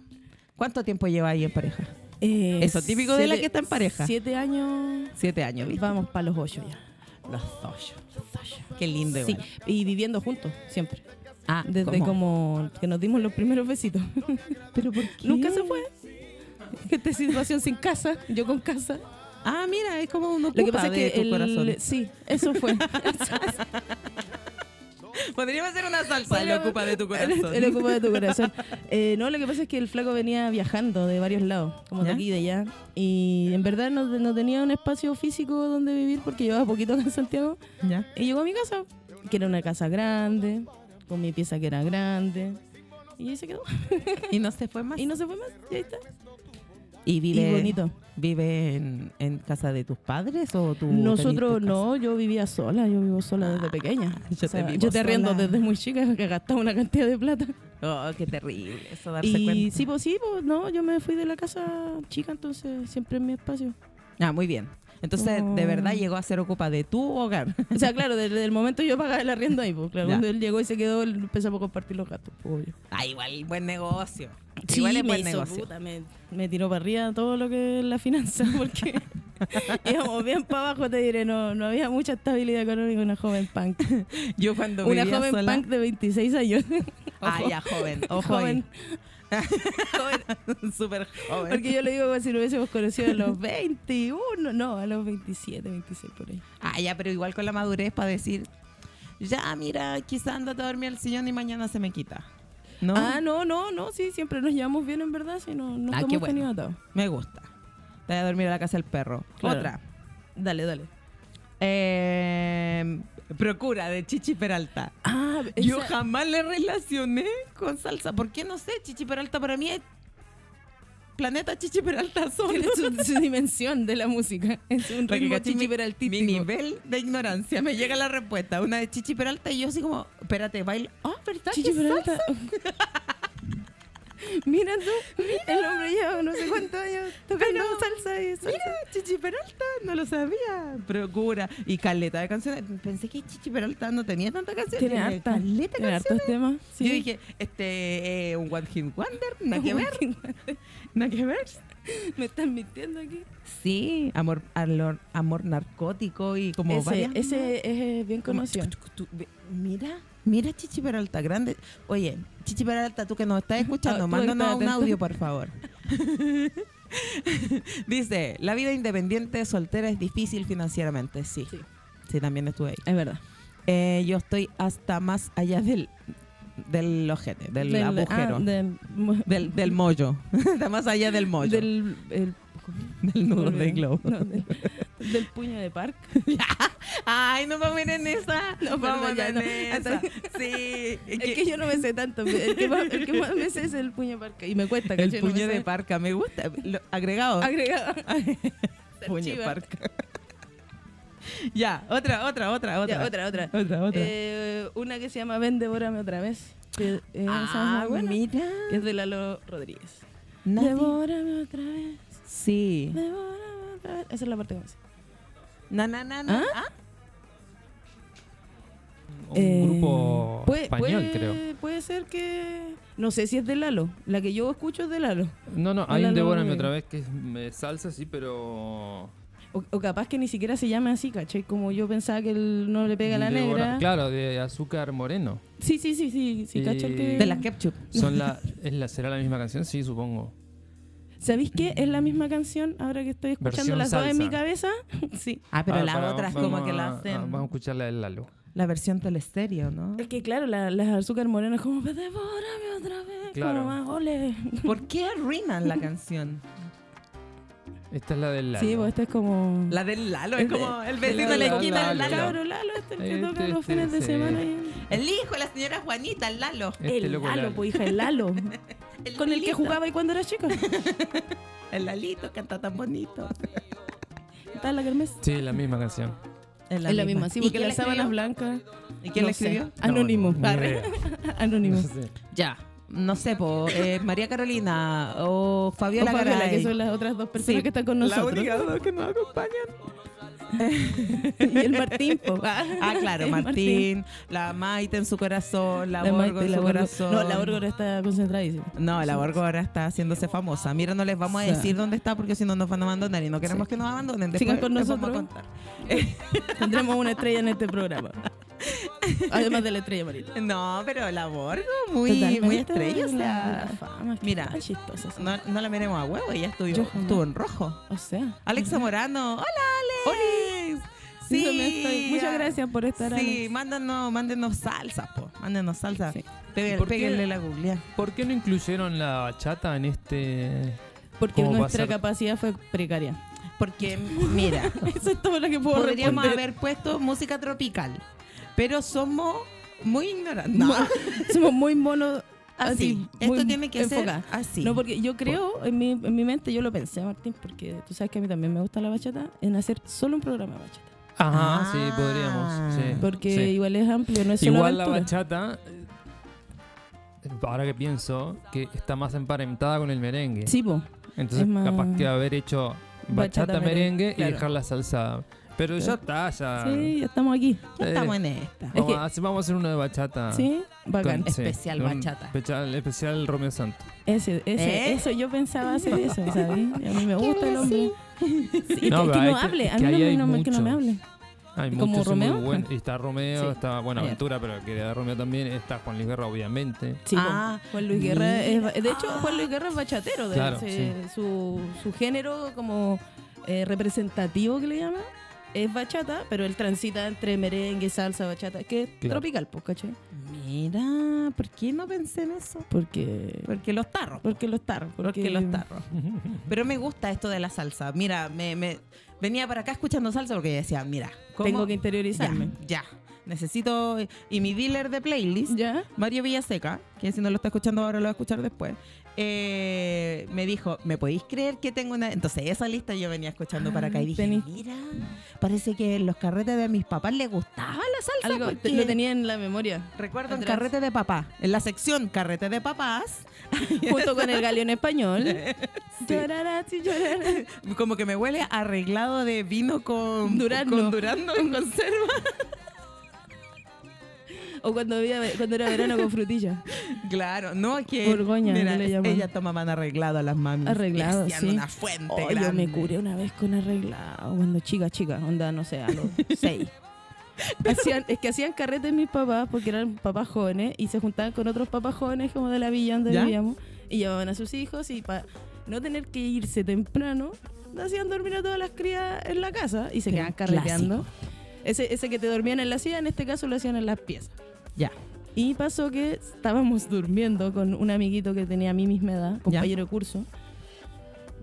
Speaker 2: ¿Cuánto tiempo lleva ahí en pareja?
Speaker 1: Eh,
Speaker 2: Eso típico de la que está en pareja.
Speaker 1: Siete años,
Speaker 2: Siete años, ¿viste?
Speaker 1: vamos para los ocho ya.
Speaker 2: Los ocho. Qué lindo
Speaker 1: Sí,
Speaker 2: igual.
Speaker 1: y viviendo juntos, siempre.
Speaker 2: Ah,
Speaker 1: Desde
Speaker 2: ¿cómo?
Speaker 1: como que nos dimos los primeros besitos.
Speaker 2: ¿Pero por qué?
Speaker 1: Nunca se fue. Esta situación sin casa, yo con casa.
Speaker 2: Ah, mira, es como uno
Speaker 1: Lo que pasa
Speaker 2: de
Speaker 1: es
Speaker 2: tu
Speaker 1: que el-
Speaker 2: corazón.
Speaker 1: sí, eso fue.
Speaker 2: Podríamos hacer una salsa, lo
Speaker 1: Pero-
Speaker 2: ocupa de tu corazón.
Speaker 1: El ocupa de tu corazón. Eh, no, lo que pasa es que el flaco venía viajando de varios lados, como
Speaker 2: ¿Ya?
Speaker 1: de aquí y de allá. Y en verdad no, no tenía un espacio físico donde vivir porque llevaba poquito acá en Santiago.
Speaker 2: ¿Ya?
Speaker 1: Y llegó a mi casa, que era una casa grande, con mi pieza que era grande. Y ahí se quedó.
Speaker 2: Y no se fue más.
Speaker 1: Y no se fue más. Y ahí está.
Speaker 2: Y
Speaker 1: Y
Speaker 2: vive,
Speaker 1: bonito.
Speaker 2: vive en, en casa de tus padres o tú
Speaker 1: Nosotros
Speaker 2: tenés tu Ah,
Speaker 1: no, yo vivía sola, yo vivo sola desde pequeña.
Speaker 2: yo te vivo
Speaker 1: yo te riendo
Speaker 2: sola.
Speaker 1: desde muy chica, que gastaba una cantidad de plata.
Speaker 2: casa? Oh, qué terrible eso darse
Speaker 1: Y
Speaker 2: cuenta.
Speaker 1: sí, pues sí, pues no, yo me fui de la casa chica, entonces siempre en mi espacio.
Speaker 2: Ah, muy bien. Entonces, de
Speaker 1: Oh.
Speaker 2: verdad llegó a ser ocupa de tu hogar.
Speaker 1: O sea, claro, desde el momento yo pagaba el arriendo ahí, pues claro,
Speaker 2: Ya.
Speaker 1: cuando él llegó y se quedó, él empezamos a compartir los gastos, pues obvio.
Speaker 2: Ah, igual, buen negocio. igual es buen
Speaker 1: hizo
Speaker 2: negocio.
Speaker 1: puta, me, me tiró para arriba todo lo que es la finanza, porque íbamos bien para abajo, te diré, no, no había mucha estabilidad económica una joven punk.
Speaker 2: Yo cuando
Speaker 1: Una
Speaker 2: vivía
Speaker 1: joven
Speaker 2: sola-
Speaker 1: punk de 26 años.
Speaker 2: Ah, ya, joven. Ojo
Speaker 1: joven. joven.
Speaker 2: ahí. Súper joven.
Speaker 1: Porque yo le digo como si lo hubiésemos conocido a los 21, no, a los 27, 26 por ahí.
Speaker 2: Ah, ya, pero igual con la madurez para decir, ya, mira, quizá andate a dormir al sillón y mañana se me quita. ¿No?
Speaker 1: Ah, no, no, no, sí, siempre nos llevamos bien en verdad, sí, no, nunca
Speaker 2: Ah, qué
Speaker 1: hemos
Speaker 2: bueno.
Speaker 1: tenido atado.
Speaker 2: Me gusta. Te voy a dormir a la casa del perro.
Speaker 1: Claro.
Speaker 2: Otra.
Speaker 1: Dale, dale.
Speaker 2: Eh, procura de Chichi Peralta.
Speaker 1: Ah,
Speaker 2: Yo jamás le relacioné con salsa. ¿Por qué no sé? Chichi Peralta para mí es planeta Chichi Peralta solo.
Speaker 1: tiene su, su dimensión de la música. Es un
Speaker 2: Para que
Speaker 1: ritmo
Speaker 2: caché mi-
Speaker 1: chichi
Speaker 2: Mi
Speaker 1: peraltístico.
Speaker 2: nivel de ignorancia. Me llega la respuesta. Una de Chichi Peralta y yo así como, espérate, baila.
Speaker 1: Oh,
Speaker 2: Ah, ¿verdad?
Speaker 1: Chichi
Speaker 2: que es
Speaker 1: Peralta. Mira tú, el hombre lleva no sé cuántos años tocando salsa y salsa.
Speaker 2: Mira, Chichi Peralta, no lo sabía. Procura. Y caleta de canciones. Pensé que Chichi Peralta no tenía tanta canción.
Speaker 1: Tiene harta,
Speaker 2: caleta de
Speaker 1: tiene
Speaker 2: canciones.
Speaker 1: hartos temas. sí.
Speaker 2: Yo dije, este, eh, un One Hit Wonder, nada que ver, nada que ver.
Speaker 1: Me están mintiendo aquí.
Speaker 2: Sí, amor, alor- amor narcótico y como
Speaker 1: ese
Speaker 2: varias-
Speaker 1: ese es eh, bien
Speaker 2: como-
Speaker 1: conocido.
Speaker 2: Mira, Mira Chichi Peralta, grande. Oye, Chichi Peralta, tú que nos estás escuchando,
Speaker 1: Ah, tú que
Speaker 2: mándanos
Speaker 1: estás
Speaker 2: un
Speaker 1: atenta.
Speaker 2: audio, por favor. Dice, la vida independiente soltera es difícil financieramente. Sí, sí,
Speaker 1: Sí.
Speaker 2: también estuve ahí.
Speaker 1: Es verdad.
Speaker 2: Eh, yo estoy hasta más allá del, del ojete, del, agujero,
Speaker 1: ah, del,
Speaker 2: del, del mollo. Está más allá del mollo, del,
Speaker 1: del- el-
Speaker 2: nudo del
Speaker 1: olvidé.
Speaker 2: globo.
Speaker 1: No, del, del puño de Park.
Speaker 2: Ay, no vamos a ir en esa.
Speaker 1: No,
Speaker 2: vamos
Speaker 1: perdón, ya
Speaker 2: en
Speaker 1: no.
Speaker 2: esa. Sí.
Speaker 1: Es que yo no me sé tanto. El que más, el que más me sé es el puño de Park. Y me cuesta,
Speaker 2: el
Speaker 1: ¿cachai? No me
Speaker 2: puño de
Speaker 1: sé.
Speaker 2: parca, me gusta. Lo- agregado.
Speaker 1: Agregado.
Speaker 2: puño de
Speaker 1: Archiva.
Speaker 2: parca. ya, otra, otra, otra, otra.
Speaker 1: Ya, otra, otra.
Speaker 2: Otra, otra.
Speaker 1: Eh, una que se llama Ven, devórame otra vez. Que, eh, esa es
Speaker 2: ah,
Speaker 1: muy buena.
Speaker 2: mira.
Speaker 1: Es de Lalo Rodríguez.
Speaker 2: Nadie-
Speaker 1: Devórame otra vez.
Speaker 2: Sí.
Speaker 1: Devórame otra vez. Esa es la parte que más.
Speaker 2: Na, na, na, na. ¿Ah?
Speaker 3: Un grupo español, creo.
Speaker 1: Eh, Puede ser que. No sé si es de Lalo. La que yo escucho es de Lalo.
Speaker 3: No, no, hay
Speaker 1: Hola,
Speaker 3: un Devórame
Speaker 1: Lolo.
Speaker 3: otra vez que es eh, salsa, sí, pero.
Speaker 1: O, o capaz que ni siquiera se llame así, ¿cachai? Como yo pensaba que el no le pega a la
Speaker 3: Devora-
Speaker 1: negra.
Speaker 3: Claro, de azúcar moreno.
Speaker 1: Sí, sí, sí, sí. sí
Speaker 3: Y-
Speaker 1: ¿cachai? Que...
Speaker 2: De la ketchup.
Speaker 3: Son la, es la, ¿Será la misma canción? Sí, supongo.
Speaker 1: ¿Sabéis qué? Es la misma canción ahora que estoy escuchando
Speaker 3: Versión
Speaker 1: las dos en
Speaker 3: salsa.
Speaker 1: mi cabeza. sí.
Speaker 2: Ah, pero
Speaker 3: Ah,
Speaker 2: las
Speaker 3: para-
Speaker 2: otras
Speaker 3: vamos
Speaker 2: como que
Speaker 3: a-
Speaker 2: la
Speaker 3: a-
Speaker 2: hacen.
Speaker 3: vamos a escuchar la del Lalo.
Speaker 2: la versión telestéreo, ¿no?
Speaker 1: Es que claro, la- las azúcar moreno es como, devórame otra vez,
Speaker 3: Claro.
Speaker 1: como más, ole.
Speaker 2: ¿Por qué arruinan la canción?
Speaker 3: Esta es la del Lalo.
Speaker 1: Sí, pues esto es como...
Speaker 2: La del Lalo,
Speaker 1: El
Speaker 2: es
Speaker 1: de-
Speaker 2: como el
Speaker 1: el
Speaker 2: vecino
Speaker 1: de
Speaker 2: de la
Speaker 1: Lalo,
Speaker 2: esquina, el
Speaker 3: Lalo.
Speaker 2: Lalo.
Speaker 1: Cabro Lalo, este el que
Speaker 3: Este,
Speaker 1: toca los
Speaker 3: este,
Speaker 1: fines de
Speaker 3: sí.
Speaker 1: semana. y-
Speaker 2: El hijo de la señora Juanita, el Lalo.
Speaker 3: Este
Speaker 1: el
Speaker 3: loco
Speaker 1: Lalo,
Speaker 3: Lalo.
Speaker 1: pues hija, el Lalo. Con el que
Speaker 2: Lalito.
Speaker 1: jugaba y cuando era chica.
Speaker 2: El Lalito canta tan bonito.
Speaker 1: Está la Kermés.
Speaker 3: Sí, la misma canción.
Speaker 2: Es
Speaker 1: Es la misma, sí,
Speaker 2: ¿Y
Speaker 1: porque
Speaker 2: quién
Speaker 1: las
Speaker 2: la escribió?
Speaker 1: sábanas blancas.
Speaker 2: ¿Y quién
Speaker 1: no
Speaker 2: la
Speaker 1: sé.
Speaker 2: escribió?
Speaker 1: Anónimo.
Speaker 3: No, ni idea.
Speaker 1: Anónimo.
Speaker 3: No sé.
Speaker 2: Ya. No sé, po, eh, María Carolina o Fabiola,
Speaker 1: o Fabiola,
Speaker 2: Garay.
Speaker 1: que son las otras dos personas
Speaker 2: Sí,
Speaker 1: que están con nosotros.
Speaker 2: dos que nos acompañan.
Speaker 1: y el Martín, po.
Speaker 2: Ah, claro,
Speaker 1: El
Speaker 2: Martín, la Maite en su corazón, la,
Speaker 1: La
Speaker 2: Borgo
Speaker 1: Maite,
Speaker 2: en
Speaker 1: la
Speaker 2: su
Speaker 1: Borgo.
Speaker 2: corazón.
Speaker 1: No, la Borgo ahora está concentradísima.
Speaker 2: No, la Borgo ahora está haciéndose famosa. Mira, no les vamos a
Speaker 1: Sí.
Speaker 2: decir dónde está porque si no nos van a abandonar y no queremos que nos abandonen. Después
Speaker 1: Sigan con
Speaker 2: les vamos a
Speaker 1: nosotros.
Speaker 2: contar.
Speaker 1: Tendremos una estrella en este programa. Además de la estrella Marita.
Speaker 2: No, pero la Borgo, muy, muy estrella. o sea. Mira.
Speaker 1: Mira. chistosa. esa.
Speaker 2: No, no la miremos a huevo, ella estuvo,
Speaker 1: Yo jamás.
Speaker 2: estuvo en rojo.
Speaker 1: O sea.
Speaker 2: Alexa Morano. ¡Hola, Alex!
Speaker 1: Sí, estoy. Muchas gracias por estar
Speaker 2: Sí,
Speaker 1: ahí.
Speaker 2: mándanos, mándenos salsa, po. Mándenos salsa.
Speaker 1: Sí.
Speaker 2: Pégale-
Speaker 3: ¿Y por qué?
Speaker 2: péguenle la googlea.
Speaker 3: ¿Por qué no incluyeron la chata en este...?
Speaker 1: Porque
Speaker 3: ¿Cómo va a
Speaker 1: nuestra
Speaker 3: ser?
Speaker 1: capacidad fue precaria.
Speaker 2: Porque, mira,
Speaker 1: Eso es todo lo que puedo
Speaker 2: podríamos
Speaker 1: responder.
Speaker 2: haber puesto música tropical, pero somos muy ignorantes. No,
Speaker 1: Somos muy monos.
Speaker 2: así.
Speaker 1: Así,
Speaker 2: Ah, Esto
Speaker 1: muy
Speaker 2: tiene que
Speaker 1: enfocada.
Speaker 2: ser así.
Speaker 1: No, porque yo creo, en mi, en mi mente yo lo pensé, Martín, porque tú sabes que a mí también me gusta la bachata, en hacer solo un programa de bachata.
Speaker 3: Ajá,
Speaker 2: Ah.
Speaker 3: sí, podríamos. sí,
Speaker 1: Porque
Speaker 3: sí.
Speaker 1: igual es amplio, no es solo
Speaker 3: Igual la
Speaker 1: aventura.
Speaker 3: bachata, eh, ahora que pienso, que está más emparentada con el merengue.
Speaker 1: Sí, po.
Speaker 3: Entonces
Speaker 1: es más-
Speaker 3: capaz que haber hecho bachata,
Speaker 1: Bachata,
Speaker 3: merengue,
Speaker 1: merengue,
Speaker 3: y
Speaker 1: claro.
Speaker 3: dejar la salsa. Pero ya está, ya...
Speaker 1: Sí, ya estamos aquí.
Speaker 2: Ya
Speaker 3: eh,
Speaker 2: estamos en esta.
Speaker 1: Es
Speaker 3: Vamos,
Speaker 1: que-
Speaker 3: a, hacer- vamos a hacer uno de bachata.
Speaker 1: Sí, bacán.
Speaker 3: Ah. Con- sí,
Speaker 2: Especial
Speaker 3: un
Speaker 2: bachata.
Speaker 3: Especial, especial Romeo Santo.
Speaker 1: Ese, ese,
Speaker 2: ¿Eh?
Speaker 1: eso yo pensaba hacer eso, ¿sabes? A mí me gusta el hombre. Sí,
Speaker 3: No,
Speaker 1: es
Speaker 3: pero
Speaker 1: que
Speaker 3: hay
Speaker 1: no
Speaker 3: que-
Speaker 1: hable,
Speaker 3: es
Speaker 1: a
Speaker 3: que
Speaker 1: mí no,
Speaker 3: ahí
Speaker 1: me-
Speaker 3: hay
Speaker 1: no me- que no me
Speaker 3: mucho.
Speaker 1: hable.
Speaker 3: Hay
Speaker 1: ¿Y como
Speaker 3: muchos muy
Speaker 1: Romeo?
Speaker 3: buenos. Y Está Romeo,
Speaker 1: Sí.
Speaker 3: está Buenaventura, pero que de Romeo también. Está Juan Luis Guerra, obviamente.
Speaker 1: Sí, po.
Speaker 2: Ah,
Speaker 1: Juan Luis Guerra es, ba- de hecho Juan Luis Guerra es bachatero, de
Speaker 3: Claro,
Speaker 1: ese- su, su género como eh, representativo que le llaman es bachata, pero él transita entre merengue, salsa, bachata, que es
Speaker 3: Claro.
Speaker 1: tropical, pues, ¿cachai?
Speaker 2: Mira, ¿por qué no pensé en eso?
Speaker 1: Porque
Speaker 2: Porque los tarros.
Speaker 1: porque los tarros,
Speaker 2: Porque los tarros. Pero me gusta esto de la salsa. Mira, me, me- venía para acá escuchando salsa porque decía, mira, ¿cómo?
Speaker 1: Tengo que
Speaker 2: ya,
Speaker 1: interiorizarme.
Speaker 2: ya. Necesito. Y mi dealer de playlist,
Speaker 1: ¿Ya?
Speaker 2: Mario Villaseca, que si no lo está escuchando ahora lo va a escuchar después, eh, me dijo, ¿me podéis creer que tengo una.? Entonces, esa lista yo venía escuchando
Speaker 1: Ah,
Speaker 2: para acá y dije,
Speaker 1: tenés-
Speaker 2: mira, parece que en los carretes de mis papás les gustaba la salsa.
Speaker 1: Algo te-
Speaker 2: porque
Speaker 1: lo tenía en la memoria.
Speaker 2: Recuerdo en
Speaker 1: atrás.
Speaker 2: carrete de papá, en la sección carrete de papás,
Speaker 1: Junto con el galeón español. Llorará, sí, llorará.
Speaker 2: Como que me huele arreglado de vino con
Speaker 1: Durazno.
Speaker 2: Con durazno en conserva.
Speaker 1: O cuando, había, cuando era verano con frutilla.
Speaker 2: Claro, no es que.
Speaker 1: Borgoña,
Speaker 2: mira,
Speaker 1: le llaman.
Speaker 2: ella tomaban arreglado a las mamis.
Speaker 1: Arreglado,
Speaker 2: y hacían
Speaker 1: sí.
Speaker 2: una fuente.
Speaker 1: Oh, yo
Speaker 2: grande.
Speaker 1: me curé una vez con arreglado cuando chica, chica, onda, no sé, a los seis. Hacían, es que hacían carretes mis papás porque eran papás jóvenes y se juntaban con otros papás jóvenes como de la villa donde
Speaker 2: ¿Ya?
Speaker 1: vivíamos y llevaban a sus hijos y para no tener que irse temprano hacían dormir a todas las crías en la casa y se
Speaker 2: Pero
Speaker 1: quedaban carreteando. Ese, ese que te dormían en la silla, en este caso lo hacían en las piezas.
Speaker 2: Ya.
Speaker 1: Y pasó que estábamos durmiendo con un amiguito que tenía a mi misma edad, compañero de curso.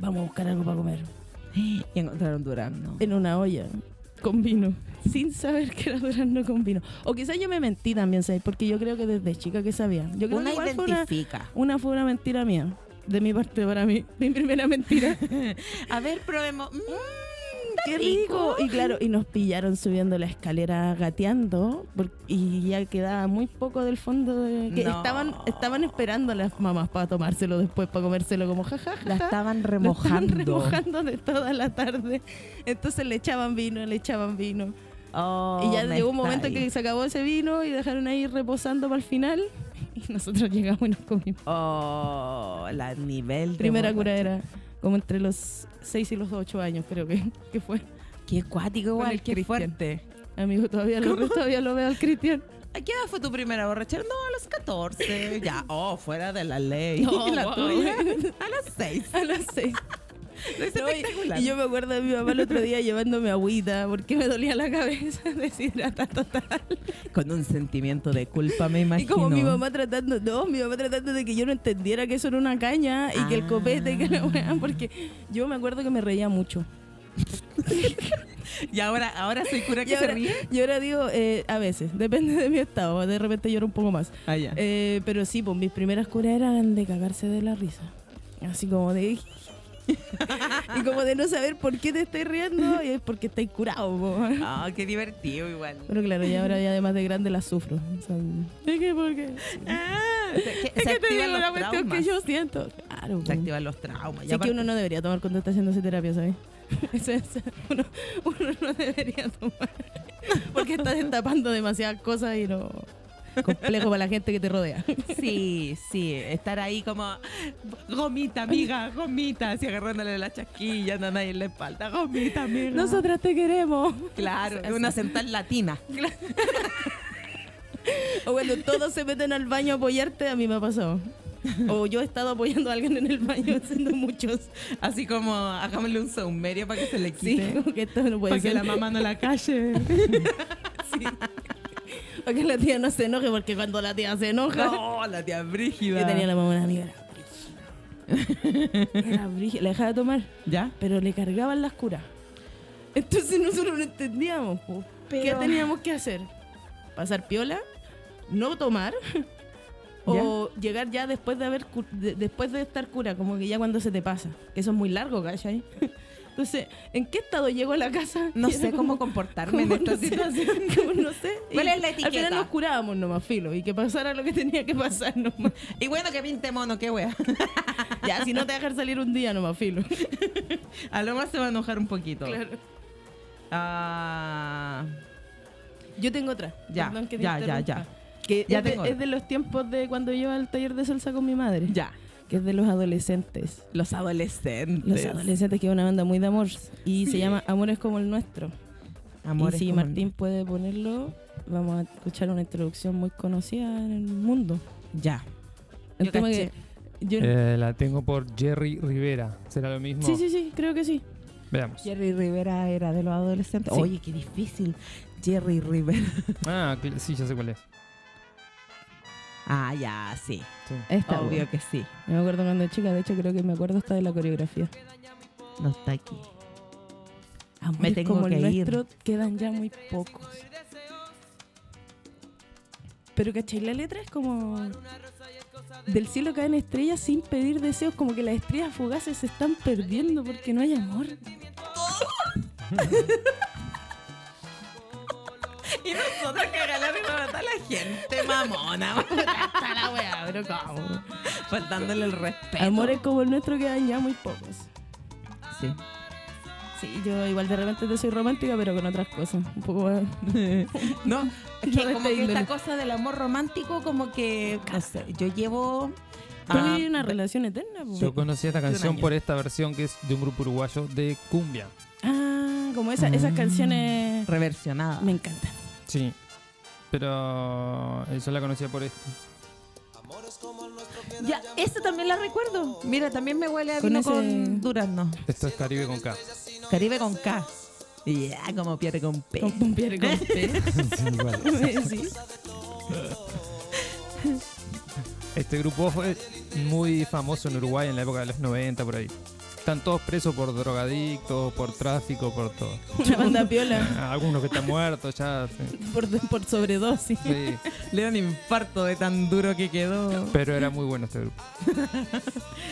Speaker 1: Vamos a buscar algo para comer.
Speaker 2: Y encontraron Durando.
Speaker 1: En una olla, con vino, sin saber que era durazno con vino. O quizás yo me mentí también, ¿sabes? Porque yo creo que desde chica que sabía. Yo creo
Speaker 2: Una
Speaker 1: que igual fue una,
Speaker 2: identifica.
Speaker 1: una fue una mentira mía. De mi parte para mí. Mi primera mentira.
Speaker 2: A ver, probemos. Mm, está
Speaker 1: ¡Qué rico! Y claro, y nos pillaron subiendo la escalera gateando por- y ya quedaba muy poco del fondo. de- que
Speaker 2: No.
Speaker 1: estaban, estaban esperando a las mamás para tomárselo después, para comérselo como jajaja.
Speaker 2: La estaban
Speaker 1: Lo estaban
Speaker 2: remojando.
Speaker 1: remojando de toda la tarde. Entonces le echaban vino, le echaban vino.
Speaker 2: Oh,
Speaker 1: y ya
Speaker 2: me
Speaker 1: llegó un momento
Speaker 2: estáis.
Speaker 1: que se acabó ese vino y dejaron ahí reposando para el final. Y nosotros llegamos y nos comimos.
Speaker 2: Oh, la nivel de
Speaker 1: Primera
Speaker 2: borracho.
Speaker 1: cura era como entre los 6 y los 8 años, creo que, que fue.
Speaker 2: Qué cuático
Speaker 1: Con
Speaker 2: igual,
Speaker 1: el
Speaker 2: qué
Speaker 1: Cristian.
Speaker 2: fuerte.
Speaker 1: Amigo, todavía lo, todavía lo veo al Cristian.
Speaker 2: ¿A qué edad fue tu primera borrachera? No, a los 14. Ya, oh, fuera de la ley.
Speaker 1: No,
Speaker 2: ¿Y la
Speaker 1: wow.
Speaker 2: tuya? A los 6.
Speaker 1: A las seis. No, y-
Speaker 2: espectacular.
Speaker 1: y, yo me acuerdo de mi mamá el otro día llevándome agüita porque me dolía la cabeza deshidratada total.
Speaker 2: Con un sentimiento de culpa, me imagino.
Speaker 1: Y como mi mamá tratando, no, mi mamá tratando de que yo no entendiera que eso era una caña y que el copete y que la weá, porque yo me acuerdo que me reía mucho.
Speaker 2: Y ahora, ahora soy cura
Speaker 1: Y
Speaker 2: que se
Speaker 1: ahora,
Speaker 2: ríe.
Speaker 1: y ahora digo, eh, a veces, depende de mi estado, de repente lloro un poco más.
Speaker 2: Ah, ya.
Speaker 1: Eh, pero sí, pues mis primeras curas eran de cagarse de la risa. Así como de. y como de no saber por qué te estás riendo y es porque estáis curado, po.
Speaker 2: Ah, qué divertido igual.
Speaker 1: Pero claro, ya ahora ya además de grande la sufro. O sea, ¿De qué? ¿Por qué? Ah,
Speaker 2: Se, que- se activan los traumas.
Speaker 1: que yo siento. Claro.
Speaker 2: Se
Speaker 1: po.
Speaker 2: activan los traumas.
Speaker 1: Sí
Speaker 2: Ya
Speaker 1: que uno
Speaker 2: aparte-
Speaker 1: no debería tomar cuando está haciéndose terapia, ¿sabes? Eso es- uno, uno no debería tomar. Porque está destapando demasiadas cosas y no... Complejo para la gente que te rodea.
Speaker 2: Sí, sí, estar ahí como gomita, amiga, gomita, así agarrándole la chasquilla, andando ahí en la espalda, gomita, amiga.
Speaker 1: Nosotras te queremos.
Speaker 2: Claro, una sentar latina.
Speaker 1: O cuando todos se meten al baño a apoyarte, a mí me ha pasado. O yo he estado apoyando a alguien en el baño, siendo muchos.
Speaker 2: Así como hagámosle un saumerio para que se le
Speaker 1: Sí,
Speaker 2: quite.
Speaker 1: como que esto no puede
Speaker 2: para que
Speaker 1: ser.
Speaker 2: la mamá no la calle.
Speaker 1: Para que la tía no se enoje, porque cuando la tía se enoja...
Speaker 2: No, la tía Brígida.
Speaker 1: Yo tenía la mamá de una amiga, era brígida. Era brígida. La dejaba tomar,
Speaker 2: ¿Ya?
Speaker 1: pero le cargaban las curas. Entonces nosotros no entendíamos po. qué
Speaker 2: Pero-
Speaker 1: teníamos que hacer. Pasar piola, no tomar, o llegar ya después de haber cu- de- después de estar cura, como que ya cuando se te pasa. Que eso es muy largo, ¿cachai? Entonces, ¿en qué estado llegó a la casa?
Speaker 2: No
Speaker 1: Y era
Speaker 2: sé cómo
Speaker 1: como-
Speaker 2: comportarme en
Speaker 1: como
Speaker 2: esta
Speaker 1: no sé,
Speaker 2: situación.
Speaker 1: como no sé.
Speaker 2: ¿Cuál
Speaker 1: Y
Speaker 2: es la
Speaker 1: Al
Speaker 2: etiqueta?
Speaker 1: final nos curábamos nomás, filo, y que pasara lo que tenía que pasar nomás.
Speaker 2: Y bueno, que pinte mono, qué wea.
Speaker 1: Ya, si no te dejar salir un día nomás, filo.
Speaker 2: A lo más se va a enojar un poquito.
Speaker 1: Claro.
Speaker 2: Ah,
Speaker 1: Yo tengo otra.
Speaker 2: Ya,
Speaker 1: Perdón que te
Speaker 2: ya, ya,
Speaker 1: interrumpa.
Speaker 2: ya.
Speaker 1: Que
Speaker 2: Ya
Speaker 1: es, de,
Speaker 2: tengo otra.
Speaker 1: es de los tiempos de cuando yo iba al taller de salsa con mi madre.
Speaker 2: ya.
Speaker 1: Que es de los adolescentes.
Speaker 2: Los adolescentes.
Speaker 1: Los adolescentes, que es una banda muy de amor. Y se llama Amores como el nuestro. y
Speaker 2: Amores
Speaker 1: si
Speaker 2: como el-
Speaker 1: Martín puede ponerlo, vamos a escuchar una introducción muy conocida en el mundo.
Speaker 2: Ya.
Speaker 1: El
Speaker 2: Yo
Speaker 1: tema
Speaker 2: caché.
Speaker 1: que. yo-
Speaker 3: Eh, la tengo por Jerry Rivera. ¿Será lo mismo?
Speaker 1: sí, sí, sí, creo que sí.
Speaker 3: Veamos.
Speaker 2: Jerry Rivera era de los adolescentes.
Speaker 1: Sí.
Speaker 2: Oye, qué difícil. Jerry Rivera.
Speaker 3: Ah, cl- sí, ya sé cuál es.
Speaker 2: Ah, ya, sí.
Speaker 3: Sí.
Speaker 1: Esta,
Speaker 2: Obvio
Speaker 1: weón.
Speaker 2: que sí.
Speaker 1: Yo me acuerdo cuando chica, de hecho, creo que me acuerdo hasta de la coreografía.
Speaker 2: No está aquí.
Speaker 1: Amores
Speaker 2: tengo
Speaker 1: como el
Speaker 2: que ir.
Speaker 1: nuestro quedan ya muy pocos. Pero ¿cachai? La letra es como... Del cielo caen estrellas sin pedir deseos, como que las estrellas fugaces se están perdiendo porque no hay amor.
Speaker 2: Y nosotros cagamos a la gente, mamona. Hasta la weá, pero cómo. Faltándole el respeto.
Speaker 1: Amores como el nuestro quedan ya muy pocos.
Speaker 2: Sí.
Speaker 1: Sí, yo igual de repente te soy romántica, pero con otras cosas. Un poco más...
Speaker 2: No, es
Speaker 1: No,
Speaker 2: que como
Speaker 1: esta
Speaker 2: que esta
Speaker 1: índole.
Speaker 2: cosa del amor romántico, como que, no sé, yo llevo...
Speaker 1: Tú
Speaker 2: ah,
Speaker 1: viví una relación eterna, po.
Speaker 3: Yo conocí esta
Speaker 2: un
Speaker 3: canción
Speaker 2: año.
Speaker 3: por esta versión que es de un grupo uruguayo de cumbia.
Speaker 2: Mm.
Speaker 1: Ah, como esa- esas canciones...
Speaker 2: Reversionada.
Speaker 1: Me encantan.
Speaker 3: Sí. Pero eso la conocía por esto.
Speaker 2: Ya, esta también la recuerdo. Mira, también me huele a
Speaker 1: Con
Speaker 2: vino
Speaker 1: ese-
Speaker 2: con durazno.
Speaker 3: Esto es Caribe con K.
Speaker 2: Caribe con K. Ya, como pierde con P.
Speaker 1: Con pompier con P.
Speaker 3: Sí, igual.
Speaker 1: Sí.
Speaker 3: Este grupo fue muy famoso en Uruguay en la época de los 90, por ahí. Están todos presos por drogadictos, por tráfico, por todo.
Speaker 1: Una banda piola
Speaker 3: Ah, Algunos que están muertos ya. sí.
Speaker 1: por, por sobredosis.
Speaker 3: Sí.
Speaker 2: Le da un infarto de tan duro que quedó.
Speaker 3: Pero era muy bueno este grupo.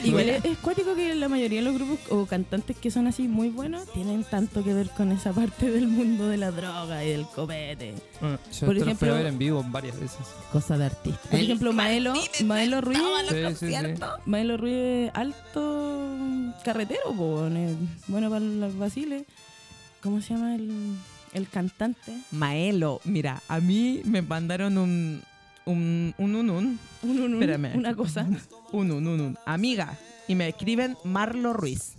Speaker 1: Igual
Speaker 3: Bueno.
Speaker 1: es, es cuático que la mayoría de los grupos o cantantes que son así muy buenos tienen tanto que ver con esa parte del mundo de la droga y del copete.
Speaker 3: Ah, Yo
Speaker 1: Por
Speaker 3: te lo fui a
Speaker 1: ejemplo-
Speaker 3: ver en vivo varias veces.
Speaker 2: Cosa de artista.
Speaker 1: Por ejemplo, Maelo, Maelo Ruiz,
Speaker 3: Sí, sí, sí.
Speaker 1: Maelo Ruiz es alto carretero, po, weón, es bueno para los vaciles. ¿Cómo se llama el, el cantante?
Speaker 2: Maelo, mira, a mí me mandaron un. Un, un, un, un,
Speaker 1: Un- un- un-
Speaker 2: Espérame.
Speaker 1: Una cosa.
Speaker 2: un, un, un, un. Amiga. Y me escriben Marlo Ruiz.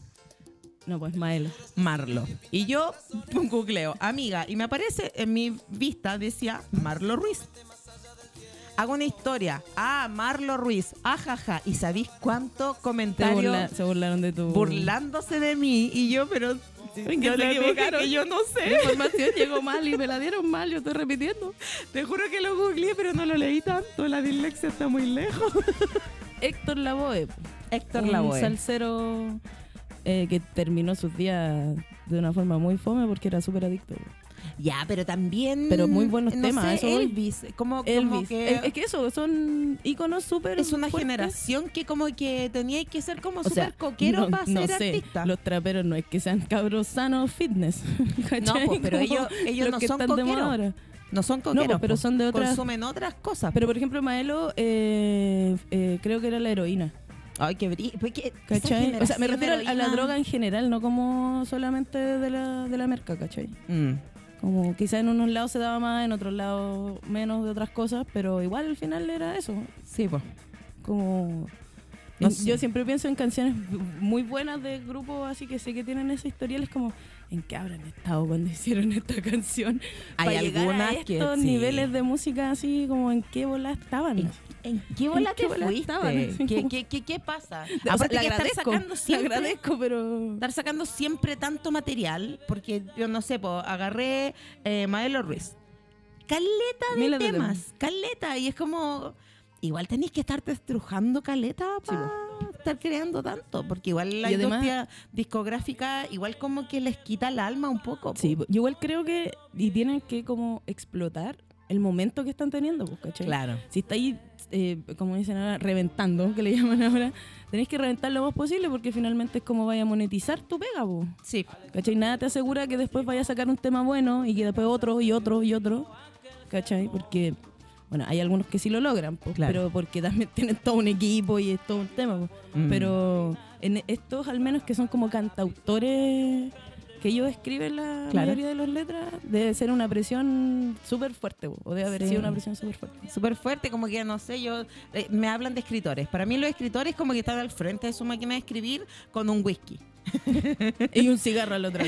Speaker 1: No, pues Maelo.
Speaker 2: Marlo. Y yo googleo, amiga, y me aparece en mi vista, decía Marlo Ruiz. Hago una historia. Ah, Marlo Ruiz. Ajaja. ¿Y sabéis cuánto
Speaker 1: Se,
Speaker 2: comentario
Speaker 1: burla- se burlaron de tu.
Speaker 2: burlándose de mí? Y yo, pero.
Speaker 1: Ay, que
Speaker 2: yo
Speaker 1: se
Speaker 2: te
Speaker 1: equivocaron.
Speaker 2: que yo no
Speaker 1: La
Speaker 2: sé.
Speaker 1: información llegó mal y me la dieron mal, yo estoy repitiendo.
Speaker 2: Te juro que lo googleé, pero no lo leí tanto. La dislexia está muy lejos.
Speaker 1: Héctor Lavoe.
Speaker 2: Héctor
Speaker 1: un
Speaker 2: Lavoe.
Speaker 1: salsero eh, que terminó sus días de una forma muy fome porque era súper adicto.
Speaker 2: Ya, pero también.
Speaker 1: Pero muy buenos
Speaker 2: no
Speaker 1: temas,
Speaker 2: sé,
Speaker 1: eso voy.
Speaker 2: Elvis. Como, como
Speaker 1: Elvis.
Speaker 2: que.
Speaker 1: Es, es que eso, son íconos súper.
Speaker 2: Es una
Speaker 1: fuertes.
Speaker 2: generación que como que tenía que ser como
Speaker 1: O sea,
Speaker 2: súper coquero
Speaker 1: no-
Speaker 2: para ser
Speaker 1: no sé,
Speaker 2: artista.
Speaker 1: Los traperos no es que sean cabros sanos fitness. ¿cachai?
Speaker 2: No, pues, pero
Speaker 1: Como
Speaker 2: ellos- ellos
Speaker 1: los
Speaker 2: no
Speaker 1: que
Speaker 2: son
Speaker 1: están de moda
Speaker 2: coqueros.
Speaker 1: ahora.
Speaker 2: no son
Speaker 1: No,
Speaker 2: coqueros.
Speaker 1: pues, pero
Speaker 2: po.
Speaker 1: son de otras.
Speaker 2: Consumen otras cosas.
Speaker 1: Ah, Pero por ejemplo, Maelo eh, eh, creo que era la heroína.
Speaker 2: Ay, qué brillo. pues, que esa
Speaker 1: ¿Cachai? O sea, me
Speaker 2: generación
Speaker 1: refiero a- a la
Speaker 2: heroína-
Speaker 1: droga en general, no como solamente de la, de la merca, ¿cachai?
Speaker 2: Mm.
Speaker 1: Como quizá en unos lados se daba más, en otros lados menos de otras cosas, pero igual al final era eso.
Speaker 2: Sí, pues.
Speaker 1: Como.
Speaker 2: No
Speaker 1: en-
Speaker 2: sé.
Speaker 1: Yo siempre pienso en canciones muy buenas de grupos así que sé que tienen ese historial. Es como, ¿en qué habrán estado cuando hicieron esta canción?
Speaker 2: Hay
Speaker 1: Para llegar a
Speaker 2: algunas que
Speaker 1: estos
Speaker 2: sí.
Speaker 1: niveles de música así, como ¿en qué bola estaban?
Speaker 2: ¿En ¿En qué bola
Speaker 1: ¿En qué
Speaker 2: te
Speaker 1: bola
Speaker 2: fuiste?
Speaker 1: estaban? Así
Speaker 2: ¿Qué,
Speaker 1: como-
Speaker 2: qué, qué, qué pasa?
Speaker 1: O sea,
Speaker 2: Aparte
Speaker 1: le
Speaker 2: que estar sacando
Speaker 1: le
Speaker 2: siempre
Speaker 1: agradezco, pero.
Speaker 2: estar sacando siempre tanto material, porque yo no sé, po, agarré eh, Maelo Ruiz. Caleta de
Speaker 1: Miles de
Speaker 2: temas, caleta, y es como, igual tenéis que estarte estrujando caleta
Speaker 1: Sí,
Speaker 2: para estar creando tanto, porque igual la
Speaker 1: Y además-
Speaker 2: industria discográfica, igual como que les quita el alma un poco. po.
Speaker 1: Sí, pues, yo igual creo que. Y tienen que como explotar el momento que están teniendo, pues, ¿cachai?
Speaker 2: claro.
Speaker 1: si estáis, eh, como dicen ahora, reventando, que le llaman ahora, tenéis que reventar lo más posible porque finalmente es como vaya a monetizar tu pega, pues. po.
Speaker 2: Sí,
Speaker 1: ¿Cachai? Nada te asegura que después vaya a sacar un tema bueno y que después otro y otro y otro. ¿Cachai? Porque, bueno, hay algunos que sí lo logran, po,
Speaker 2: Claro.
Speaker 1: pero porque también tienen todo un equipo y es todo un tema. po.
Speaker 2: Mm.
Speaker 1: Pero en estos al menos que son como cantautores que ellos escriben la
Speaker 2: Claro.
Speaker 1: mayoría de las letras, debe ser una presión súper fuerte, po, o debe haber
Speaker 2: Sí.
Speaker 1: sido una presión súper fuerte.
Speaker 2: súper fuerte, como que no sé, yo eh, me hablan de escritores. Para mí los escritores como que están al frente de su máquina de escribir con un whisky.
Speaker 1: Y un cigarro al otro.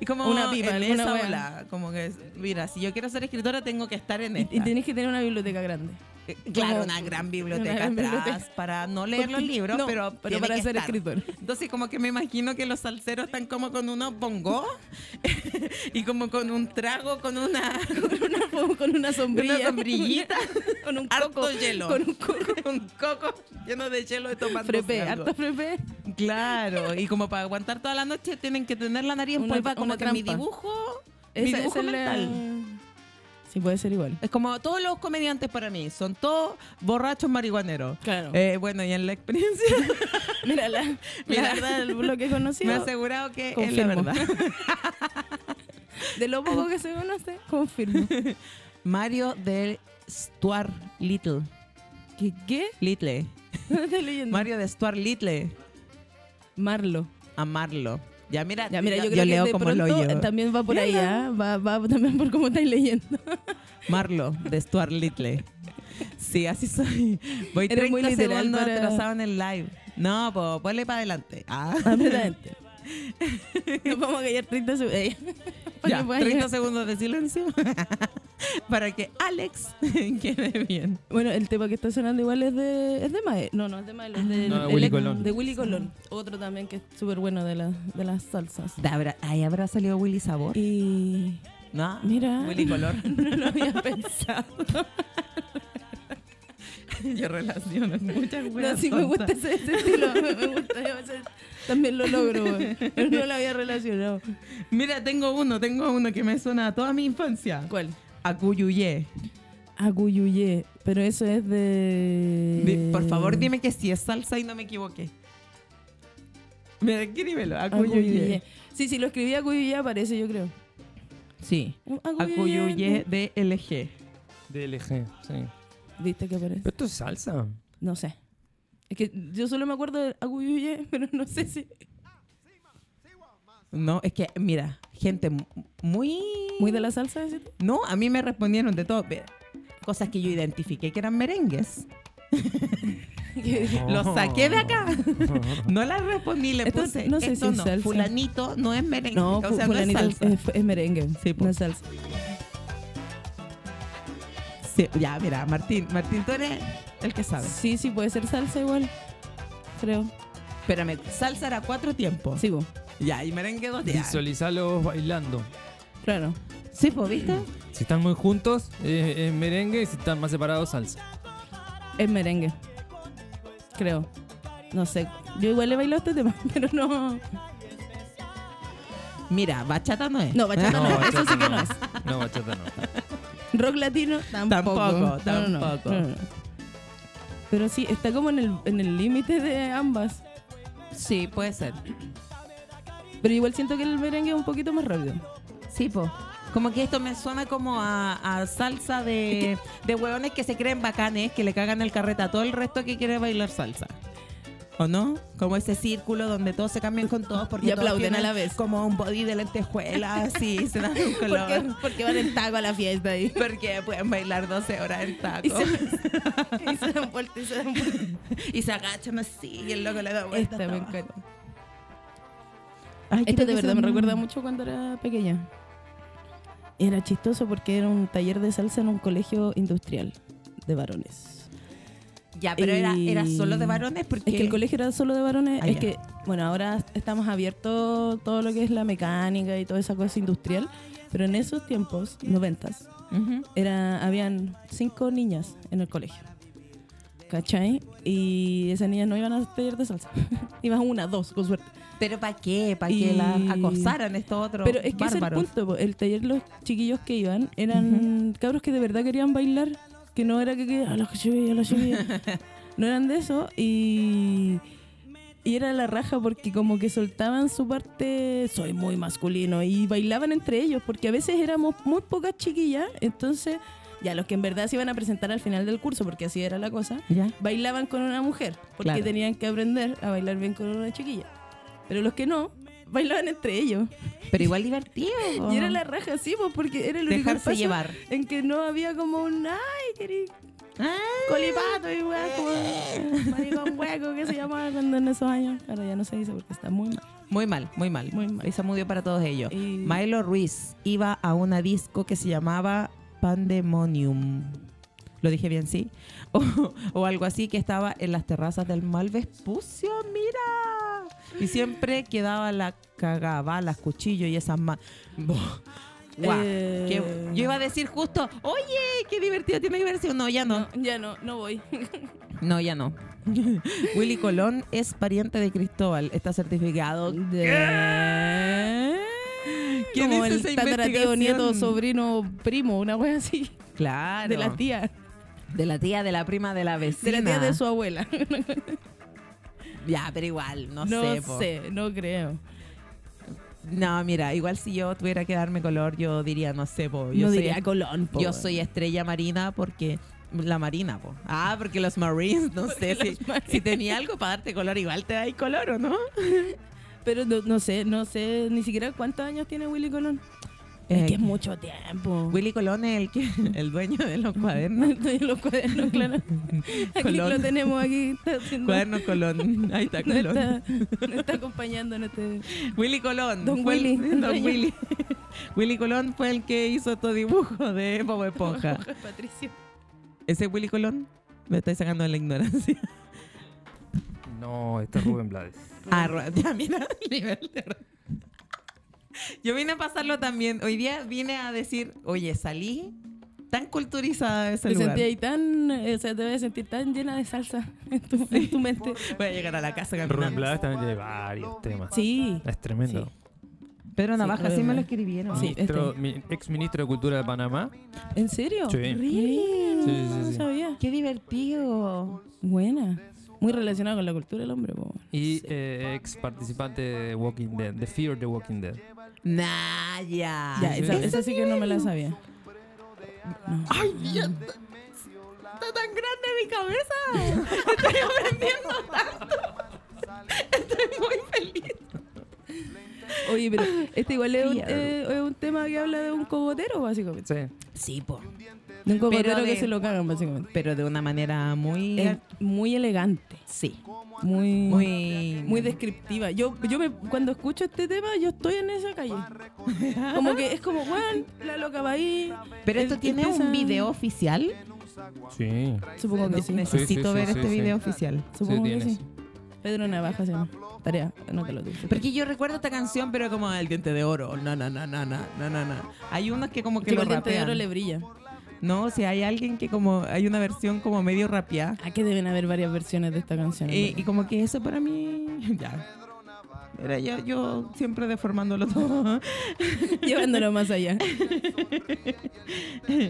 Speaker 2: Y como
Speaker 1: Una pipa,
Speaker 2: en
Speaker 1: alguna
Speaker 2: esa
Speaker 1: wea.
Speaker 2: bola, como que mira, si yo quiero ser escritora tengo que estar en
Speaker 1: Y,
Speaker 2: esta.
Speaker 1: y tenés que tener una biblioteca grande.
Speaker 2: Eh, claro,
Speaker 1: como-
Speaker 2: una gran biblioteca
Speaker 1: gran
Speaker 2: atrás
Speaker 1: biblioteca.
Speaker 2: para no leer los
Speaker 1: Porque-
Speaker 2: libros,
Speaker 1: no,
Speaker 2: pero, tiene
Speaker 1: para
Speaker 2: que
Speaker 1: ser
Speaker 2: estar.
Speaker 1: escritor.
Speaker 2: Entonces como que me imagino que los salseros están como con unos bongos y como con un trago, con una
Speaker 1: Con una, con una sombrilla.
Speaker 2: Una sombrillita.
Speaker 1: con un
Speaker 2: harto
Speaker 1: coco.
Speaker 2: hielo.
Speaker 1: Con un coco.
Speaker 2: un coco lleno de hielo de tomate.
Speaker 1: Frepé, harto frepé.
Speaker 2: Claro, y como para aguantar toda la noche tienen que tener la nariz
Speaker 1: Una-
Speaker 2: empolvada como
Speaker 1: una
Speaker 2: que mi
Speaker 1: trampa.
Speaker 2: dibujo, mi
Speaker 1: Esa, esa
Speaker 2: dibujo
Speaker 1: es la-
Speaker 2: mental.
Speaker 1: Sí, puede ser igual.
Speaker 2: Es como todos los comediantes para mí, son todos borrachos marihuaneros.
Speaker 1: Claro.
Speaker 2: Eh, bueno, y en la experiencia
Speaker 1: mira, la, la
Speaker 2: mira.
Speaker 1: verdad, lo que he
Speaker 2: me ha
Speaker 1: conocido,
Speaker 2: asegurado que es
Speaker 1: Confirmo.
Speaker 2: eh, la verdad.
Speaker 1: de lo poco que se conoce, confirmo.
Speaker 2: Mario de Stuart Little.
Speaker 1: ¿Qué? ¿Qué? Mm.
Speaker 2: Little.
Speaker 1: No estoy leyendo.
Speaker 2: Mario de Stuart Little.
Speaker 1: Marlo.
Speaker 2: Amarlo. Ya mira,
Speaker 1: Ya, mira,
Speaker 2: ya-
Speaker 1: yo, creo
Speaker 2: leo
Speaker 1: que de
Speaker 2: como
Speaker 1: pronto
Speaker 2: lo yo.
Speaker 1: también va por ahí, ¿ah? va, va también por cómo estáis leyendo.
Speaker 2: Marlo de Stuart Little. Sí, así soy. Voy
Speaker 1: Eres
Speaker 2: 30
Speaker 1: muy literal
Speaker 2: segundos
Speaker 1: para-
Speaker 2: atrasado en el live. No, pues ponle para adelante. Ah.
Speaker 1: Absolutamente. Nos vamos a callar 30 segundos. Eh, para
Speaker 2: Ya,
Speaker 1: que puedan
Speaker 2: 30
Speaker 1: llegar.
Speaker 2: segundos de silencio. para que Alex quede bien.
Speaker 1: Bueno, el tema que está sonando igual es de, es de Mae. No, no es de Mae, es de,
Speaker 3: No, de
Speaker 1: el
Speaker 3: Willy
Speaker 1: ex-
Speaker 3: Colón.
Speaker 1: de Willy Colón. Otro también que es súper bueno de, la- de las salsas.
Speaker 2: Da- habrá- ahí habrá salido Willy Sabor.
Speaker 1: Y
Speaker 2: No,
Speaker 1: mira,
Speaker 2: Willy Color.
Speaker 1: no lo había pensado.
Speaker 2: Yo relaciono muchas
Speaker 1: No,
Speaker 2: weas
Speaker 1: sí me gusta
Speaker 2: tontas.
Speaker 1: ese, ese estilo, me, me gusta. yo a veces también lo logro, weón. pero no lo había relacionado.
Speaker 2: Mira, tengo uno, tengo uno que me suena a toda mi infancia.
Speaker 1: ¿Cuál?
Speaker 2: Acuyuyé.
Speaker 1: Aguyuye, pero eso es de...
Speaker 2: Di- Por favor, dime que si es salsa y no me equivoqué. Mira, escríbelo, Acuyuyé.
Speaker 1: Aguyuye. Sí, sí, lo escribí Aguyuye aparece, yo creo.
Speaker 2: Sí, Acuyuyé de LG.
Speaker 3: DLG, sí.
Speaker 1: ¿Viste que aparece?
Speaker 3: Pero esto es salsa.
Speaker 1: No sé. Es que yo solo me acuerdo de Aguyuye, pero no sé si...
Speaker 2: No, es que, mira, gente mu- muy...
Speaker 1: ¿Muy de la salsa, decís tú?
Speaker 2: No, a mí me respondieron de todo. ve, Cosas que yo identifiqué que eran merengues.
Speaker 1: Que-
Speaker 2: Los
Speaker 3: Oh.
Speaker 2: saqué de acá. No las respondí, le
Speaker 1: Esto
Speaker 2: puse.
Speaker 1: no sé
Speaker 2: esto
Speaker 1: si es
Speaker 2: no,
Speaker 1: salsa.
Speaker 2: Fulanito no es merengue.
Speaker 1: No,
Speaker 2: o
Speaker 1: fu-
Speaker 2: sea, no es
Speaker 1: fulanito es,
Speaker 2: salsa.
Speaker 1: es- es merengue,
Speaker 2: Sí, po.
Speaker 1: no es salsa.
Speaker 2: Sí, ya, mira, Martín, Martín, tú eres el que sabe.
Speaker 1: Sí, sí, puede ser salsa igual, creo.
Speaker 2: Espérame, salsa era cuatro tiempos.
Speaker 1: Sí, po.
Speaker 2: Ya, y merengue dos ya.
Speaker 3: Visualizarlos bailando.
Speaker 1: claro.
Speaker 2: Sí, pues, ¿viste?
Speaker 3: Si están muy juntos, eh, es merengue. Y si están más separados, salsa.
Speaker 1: Es merengue. Creo. No sé. Yo igual le bailo este tema, pero no.
Speaker 2: Mira, bachata no es.
Speaker 1: No, bachata no, eso sí
Speaker 3: bachata
Speaker 1: que no es.
Speaker 3: No, bachata no.
Speaker 1: Rock latino tampoco.
Speaker 2: Tampoco,
Speaker 1: No, no, no,
Speaker 2: tampoco.
Speaker 1: no, no, no. Pero sí, está como en el en el límite de ambas.
Speaker 2: Sí, puede ser.
Speaker 1: Pero igual siento que el merengue es un poquito más rápido.
Speaker 2: Sí, pues. Como que esto me suena como a, a salsa de, de hueones que se creen bacanes, que le cagan el carrete a todo el resto que quiere bailar salsa. ¿O no? Como ese círculo donde todos se cambian con todos porque
Speaker 1: Y
Speaker 2: todos
Speaker 1: aplauden
Speaker 2: tienen
Speaker 1: a la vez.
Speaker 2: Como un body de lentejuela, así, se dan un color.
Speaker 1: porque van en taco a la fiesta ahí.
Speaker 2: Porque pueden bailar 12 horas en taco.
Speaker 1: Y se, y se dan vuelta y se dan vuelta.
Speaker 2: Y se agachan así y el loco le da vuelta.
Speaker 1: Esta Este me
Speaker 2: hasta
Speaker 1: encanta.
Speaker 2: abajo. Ay,
Speaker 1: Este
Speaker 2: creo
Speaker 1: de
Speaker 2: que
Speaker 1: verdad
Speaker 2: son-
Speaker 1: me recuerda mucho cuando era pequeña. Era chistoso porque era un taller de salsa en un colegio industrial de varones.
Speaker 2: Ya, pero era, era
Speaker 1: Y-
Speaker 2: solo de varones porque...
Speaker 1: Es que el colegio era solo de varones.
Speaker 2: Ah,
Speaker 1: es
Speaker 2: ya.
Speaker 1: que, bueno, ahora estamos abiertos todo lo que es la mecánica y toda esa cosa industrial. Pero en esos tiempos, noventas,
Speaker 2: Ujú.
Speaker 1: era, habían cinco niñas en el colegio. ¿Cachai? Y esas niñas no iban a taller de salsa. iban una, dos, con suerte.
Speaker 2: Pero ¿para qué? ¿Para
Speaker 1: Y-
Speaker 2: que las acosaran estos otros
Speaker 1: Pero es que ese es el
Speaker 2: bárbaros?
Speaker 1: punto, po. el taller, los chiquillos que iban eran cabros que de verdad querían bailar, que no era que, que a los que subí, a los que subí". no eran de eso y, y era la raja porque como que soltaban su parte, soy muy masculino, y bailaban entre ellos, porque a veces éramos muy pocas chiquillas, entonces ya los que en verdad se iban a presentar al final del curso, porque así era la cosa,
Speaker 2: ¿Ya?
Speaker 1: bailaban con una mujer, porque
Speaker 2: Claro.
Speaker 1: tenían que aprender a bailar bien con una chiquilla. Pero los que no, bailaban entre ellos.
Speaker 2: Pero igual divertido.
Speaker 1: Y era la raja, sí, pues, porque era el único
Speaker 2: Oh. Dejarse
Speaker 1: espacio
Speaker 2: llevar.
Speaker 1: en que no había como un, ay, querí colipato y weá, como maricón hueco que se llamaba cuando en esos años. Ahora ya no se dice porque está muy mal.
Speaker 2: Muy mal, muy mal.
Speaker 1: Muy mal.
Speaker 2: Esa murió para todos ellos.
Speaker 1: Y-
Speaker 2: Milo Ruiz iba a una disco que se llamaba Pandemonium. Lo dije bien, sí. O, o algo así que estaba en las terrazas del Mal Vespucio, mira. Y siempre quedaba la cagaba, las cuchillos y esas más.
Speaker 1: Eh.
Speaker 2: Yo iba a decir justo, oye, qué divertido tiene que haber sido. No, ya no.
Speaker 1: Ya no, no voy.
Speaker 2: No, ya no. Willy Colón es pariente de Cristóbal. Está certificado. ¿Qué
Speaker 1: Como
Speaker 2: dice
Speaker 1: el
Speaker 2: esa
Speaker 1: tataratío,
Speaker 2: investigación? Ah,
Speaker 1: nieto, sobrino, primo, una wea así.
Speaker 2: Claro.
Speaker 1: De la tía.
Speaker 2: De la tía, de la prima, de la
Speaker 1: De
Speaker 2: vecina.
Speaker 1: la tía de su abuela.
Speaker 2: Ya, pero igual, no,
Speaker 1: No,
Speaker 2: sé. po.
Speaker 1: sé, no creo.
Speaker 2: No, mira, igual si yo tuviera que darme color, yo diría, no sé, po. Yo
Speaker 1: no
Speaker 2: soy
Speaker 1: diría Colón, po.
Speaker 2: Yo soy estrella marina porque la marina, po. Ah, porque los Marines, no sé si,
Speaker 1: los Marines.
Speaker 2: si tenía algo para darte color, igual te dais color o no.
Speaker 1: Pero no, no sé, no sé ni siquiera cuántos años tiene Willy Colón. es
Speaker 2: Eh,
Speaker 1: que es mucho tiempo.
Speaker 2: Willy Colón es el, que, el dueño de los cuadernos.
Speaker 1: Estoy en los cuadernos, claro. Aquí
Speaker 2: Colón.
Speaker 1: lo tenemos, aquí está haciendo.
Speaker 2: Cuadernos Colón. Ahí está
Speaker 1: no
Speaker 2: Colón.
Speaker 1: está, no está acompañando en este.
Speaker 2: Willy Colón.
Speaker 1: Don
Speaker 2: Fue el-
Speaker 1: Willy, el
Speaker 2: Don
Speaker 1: dueño.
Speaker 2: Willy. Willy Colón fue el que hizo tu dibujo de Bob Esponja.
Speaker 1: Patricio.
Speaker 2: ¿Ese Willy Colón? Me estáis sacando de la ignorancia.
Speaker 3: No, este es Rubén Blades.
Speaker 2: Ah, ro- ya mira el nivel de ro- Yo vine a pasarlo también. Hoy día vine a decir, oye, salí tan culturizada de ese
Speaker 1: Te
Speaker 2: lugar.
Speaker 1: sentí ahí tan. eh, o sea, te debes sentir tan llena de salsa en tu, en tu mente.
Speaker 2: Voy a llegar a la casa
Speaker 3: Rubén
Speaker 2: caminando.
Speaker 3: Blades también tiene varios temas.
Speaker 1: Sí.
Speaker 3: Es tremendo.
Speaker 1: Sí.
Speaker 2: Pedro
Speaker 1: Navaja,
Speaker 2: Navaja,
Speaker 1: sí
Speaker 2: sí,
Speaker 1: me
Speaker 2: me
Speaker 1: lo
Speaker 2: lo escribieron.
Speaker 1: Sí.
Speaker 3: Ministro-
Speaker 1: este.
Speaker 3: mi- ex ministro de Cultura de Panamá.
Speaker 1: ¿En serio?
Speaker 3: Sí.
Speaker 1: Really?
Speaker 3: Sí, sí,
Speaker 1: No
Speaker 3: sí.
Speaker 1: sabía.
Speaker 2: Qué divertido.
Speaker 1: Buena. Muy relacionado con la cultura del hombre, po.
Speaker 3: Y eh, ex participante de Walking Dead, The Fear the Walking Dead.
Speaker 2: Naya.
Speaker 1: Ya, esa,
Speaker 3: Ah, ¿en
Speaker 1: esa sí que no me la sabía.
Speaker 2: Ay, Dios. Está tan grande mi cabeza. Estoy aprendiendo tanto. Estoy muy feliz.
Speaker 1: Oye, pero este igual es un,
Speaker 2: Fear.
Speaker 1: eh, es un tema que habla de un cogotero, básicamente.
Speaker 3: Sí.
Speaker 2: Sí, po.
Speaker 1: De un cogotero
Speaker 2: Pero
Speaker 1: que
Speaker 2: de-
Speaker 1: se lo cagan, básicamente.
Speaker 2: Pero de una manera muy.
Speaker 1: Es muy elegante.
Speaker 2: Sí.
Speaker 1: Muy.
Speaker 2: Muy.
Speaker 1: muy descriptiva. Yo, yo me, cuando escucho este tema, yo estoy en esa calle. Como que es como, weón, la loca va ahí.
Speaker 2: Pero esto
Speaker 1: em-
Speaker 2: tiene
Speaker 1: empieza-
Speaker 2: un video oficial.
Speaker 3: Sí.
Speaker 1: Supongo que sí.
Speaker 2: Necesito
Speaker 3: Sí, sí, sí,
Speaker 2: ver
Speaker 3: sí,
Speaker 2: este
Speaker 3: sí.
Speaker 2: video oficial.
Speaker 1: Supongo que
Speaker 3: tienes.
Speaker 1: sí. Pedro Navaja se llama. Tarea, anótalo tú.
Speaker 2: Porque yo recuerdo esta canción, pero como el diente de oro. No, no, no, no, no, no, no, no. Hay unos que como
Speaker 1: Es
Speaker 2: que
Speaker 1: que
Speaker 2: lo
Speaker 1: el diente de oro
Speaker 2: rapean.
Speaker 1: le brilla.
Speaker 2: No, si hay alguien que como hay una versión como medio rapeada.
Speaker 1: Ah, que deben haber varias versiones de esta canción. en
Speaker 2: Y,
Speaker 1: verdad.
Speaker 2: y como que eso para mí, ya. Era yo, yo siempre deformándolo todo.
Speaker 1: Llevándolo más allá.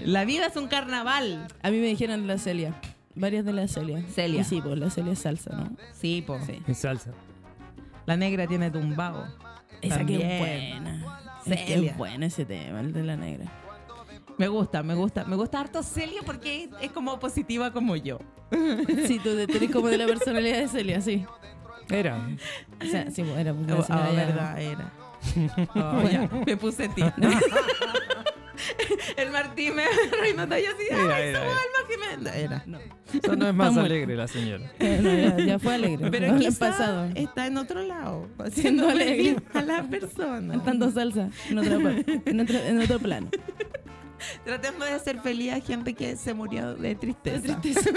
Speaker 2: La vida es un carnaval.
Speaker 1: A mí me dijeron la Celia. Varias de la Celia.
Speaker 2: Celia.
Speaker 1: Y sí, pues la Celia es salsa, ¿no?
Speaker 2: Sí, po.
Speaker 1: Sí.
Speaker 3: En salsa.
Speaker 2: La negra tiene tumbao.
Speaker 1: Esa que es
Speaker 2: También.
Speaker 1: buena. Es que
Speaker 2: Celia.
Speaker 1: es bueno ese tema, el de la negra.
Speaker 2: Me gusta, me gusta. Me gusta harto Celia porque es- es como positiva como yo.
Speaker 1: Sí, tú te- tú eres como de la personalidad de Celia, sí.
Speaker 3: Era.
Speaker 1: O sea, sí, pues, era una
Speaker 2: Ah,
Speaker 1: señora ya-
Speaker 2: verdad, era. Oh, ya, me puse tía. El Martín me reinó y así,
Speaker 3: Era,
Speaker 2: ay,
Speaker 3: era,
Speaker 2: su
Speaker 3: era.
Speaker 2: alma que me... No, era.
Speaker 3: Eso no es más
Speaker 1: Está muerta.
Speaker 3: alegre la señora.
Speaker 1: Eh, no, ya, ya fue alegre.
Speaker 2: Pero
Speaker 1: no le
Speaker 2: quizá
Speaker 1: han pasado.
Speaker 2: está en otro lado,
Speaker 1: Siendo
Speaker 2: haciendo
Speaker 1: alegre.
Speaker 2: feliz a la persona.
Speaker 1: Cantando salsa en, otra pa- en, otro, en otro plano.
Speaker 2: Tratemos de hacer feliz a gente que se murió de tristeza.
Speaker 1: Tristeza.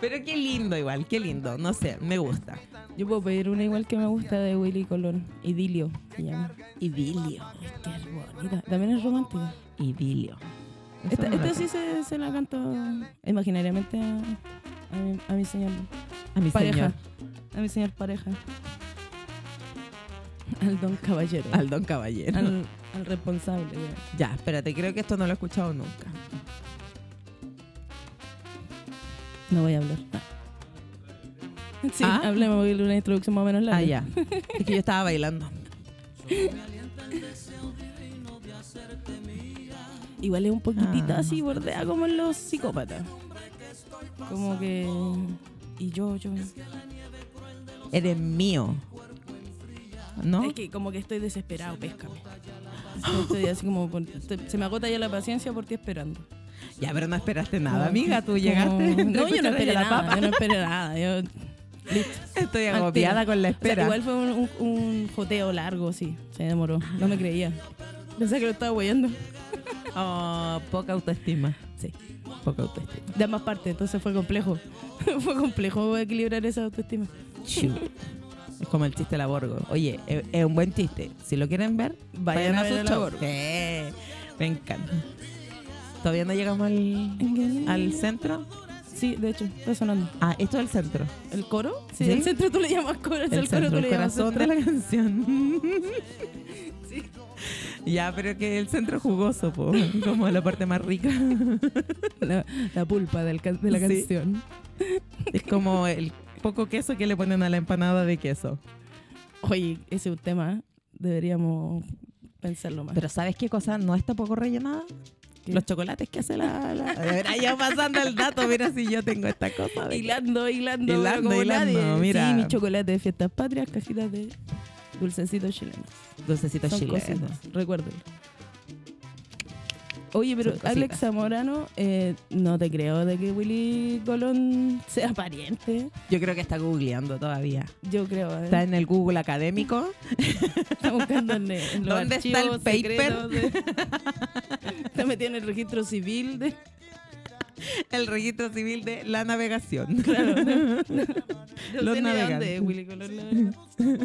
Speaker 2: Pero qué lindo igual, qué lindo. No sé, me gusta.
Speaker 1: Yo puedo pedir una igual que me gusta de Willy Colón. Idilio se llama. Idilio. Es que es bonita. También es romántica.
Speaker 2: Idilio.
Speaker 1: Esta, esta sí se, se la canto imaginariamente a, a mi, a mi señor
Speaker 2: a mi
Speaker 1: pareja.
Speaker 2: señor,
Speaker 1: A mi señor pareja. Al don caballero.
Speaker 2: al don caballero.
Speaker 1: al, al responsable. güey.
Speaker 2: Ya, espérate, creo que esto no lo he escuchado nunca.
Speaker 1: No voy a hablar. Ah. Sí,
Speaker 2: Ah.
Speaker 1: hablemos voy a leer una introducción más o menos larga.
Speaker 2: Ah, ya. Es que yo estaba bailando.
Speaker 1: Igual es un poquitito
Speaker 2: Ah.
Speaker 1: así, bordea como en los psicópatas. Como que. Y yo, yo.
Speaker 2: Eres mío. ¿No?
Speaker 1: Es que como que estoy desesperado, péscame. Estoy, estoy así como. por- estoy- se me agota ya la paciencia por ti esperando.
Speaker 2: Ya, pero no esperaste nada,
Speaker 1: Como-
Speaker 2: Ah, amiga. Tú
Speaker 1: como- No, yo
Speaker 2: llegaste.
Speaker 1: no
Speaker 2: escuchaste
Speaker 1: esperé
Speaker 2: la
Speaker 1: nada.
Speaker 2: papa.
Speaker 1: Yo no esperé nada. Yo, listo.
Speaker 2: Estoy
Speaker 1: Al
Speaker 2: agobiada
Speaker 1: tiro.
Speaker 2: con la
Speaker 1: O sea,
Speaker 2: espera.
Speaker 1: igual fue un, un- un joteo largo, sí. Se demoró. No me creía.
Speaker 2: Ah.
Speaker 1: Pensé que lo estaba hueando.
Speaker 2: Oh, poca autoestima.
Speaker 1: Sí.
Speaker 2: Poca autoestima.
Speaker 1: De ambas partes, entonces fue complejo. fue complejo equilibrar esa autoestima.
Speaker 2: Chu. Es como el chiste de la Borgo. Oye, es, es un buen chiste. Si lo quieren ver,
Speaker 1: Vayan
Speaker 2: vayan,
Speaker 1: a
Speaker 2: a,
Speaker 1: ver a
Speaker 2: su
Speaker 1: la
Speaker 2: show.
Speaker 1: Borgo.
Speaker 2: Eh, me encanta. Todavía no llegamos al, al centro.
Speaker 1: Sí, de hecho, está sonando.
Speaker 2: Ah, esto es el centro.
Speaker 1: ¿El coro? Sí,
Speaker 2: ¿Sí?
Speaker 1: el centro tú le llamas coro, el,
Speaker 2: El,
Speaker 1: coro
Speaker 2: centro,
Speaker 1: tú
Speaker 2: el
Speaker 1: le llamas
Speaker 2: corazón
Speaker 1: centro.
Speaker 2: de la canción. Ya, pero que el centro es jugoso, po, como la parte más rica.
Speaker 1: La, la pulpa del can- de la
Speaker 2: Sí.
Speaker 1: canción.
Speaker 2: Es como el poco queso que le ponen a la empanada de queso.
Speaker 1: Oye, ese es un tema, ¿eh? deberíamos pensarlo más.
Speaker 2: Pero ¿sabes qué cosa no está poco rellenada?
Speaker 1: ¿Qué?
Speaker 2: Los chocolates que hace la... la... A ver, ahí yo pasando el dato, mira si yo tengo esta cosa. de-
Speaker 1: hilando, hilando,
Speaker 2: Hilando,
Speaker 1: pero como
Speaker 2: hilando,
Speaker 1: nadie.
Speaker 2: mira.
Speaker 1: Sí, mi chocolate de fiestas patrias, cajitas de dulcecitos chilenos.
Speaker 2: Dulcecitos
Speaker 1: Son
Speaker 2: chilenos.
Speaker 1: cositas, recuérdenlo. Oye, pero
Speaker 2: Son cositas.
Speaker 1: Alex Zamorano, eh, no te creo de que Willy Colón sea pariente.
Speaker 2: Yo creo que está googleando todavía.
Speaker 1: Yo creo. a ver.
Speaker 2: Está en el Google académico.
Speaker 1: Está buscando en, en los
Speaker 2: ¿Dónde está
Speaker 1: archivos
Speaker 2: el paper?
Speaker 1: secretos de- Está metido en el registro civil de...
Speaker 2: el registro civil de la navegación.
Speaker 1: No
Speaker 2: Los
Speaker 1: sé ni de dónde
Speaker 2: navegantes.
Speaker 1: es Willy Colón, la verdad.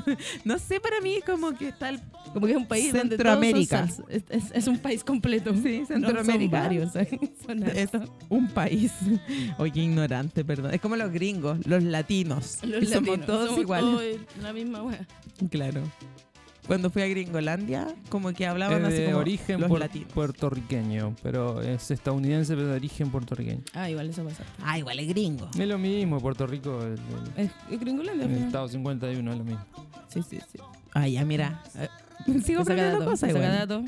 Speaker 2: No sé, para mí es como que está el...
Speaker 1: Como que es un país donde todos son
Speaker 2: Centroamérica.
Speaker 1: salsa. es, es- es un país completo.
Speaker 2: Sí,
Speaker 1: No son
Speaker 2: Centroamérica.
Speaker 1: varios, ¿eh? son
Speaker 2: es
Speaker 1: hartos.
Speaker 2: un país. Oye, ignorante, perdón. Es como los gringos, los latinos.
Speaker 1: Los
Speaker 2: Y somos
Speaker 1: latinos,
Speaker 2: todos
Speaker 1: somos
Speaker 2: iguales.
Speaker 1: todos la misma wea.
Speaker 2: Claro. Cuando fui a Gringolandia, como que
Speaker 3: Es
Speaker 2: hablaban así
Speaker 3: Eh, de
Speaker 2: como
Speaker 3: origen
Speaker 2: los
Speaker 3: puer-
Speaker 2: latinos.
Speaker 3: puertorriqueño, pero es estadounidense, pero de origen puertorriqueño.
Speaker 1: Ah, igual eso pasa.
Speaker 2: Ah, igual es gringo.
Speaker 3: Es lo mismo, Puerto Rico, el, el-
Speaker 1: Es, es gringolandia. al
Speaker 3: el
Speaker 1: final.
Speaker 3: estado 51 es lo mismo.
Speaker 1: Sí, sí, sí.
Speaker 2: Ah, ya, mira. Eh, Sigo
Speaker 1: Saca
Speaker 2: aprendiendo
Speaker 1: dato,
Speaker 2: cosas
Speaker 1: saca
Speaker 2: igual.
Speaker 1: dato.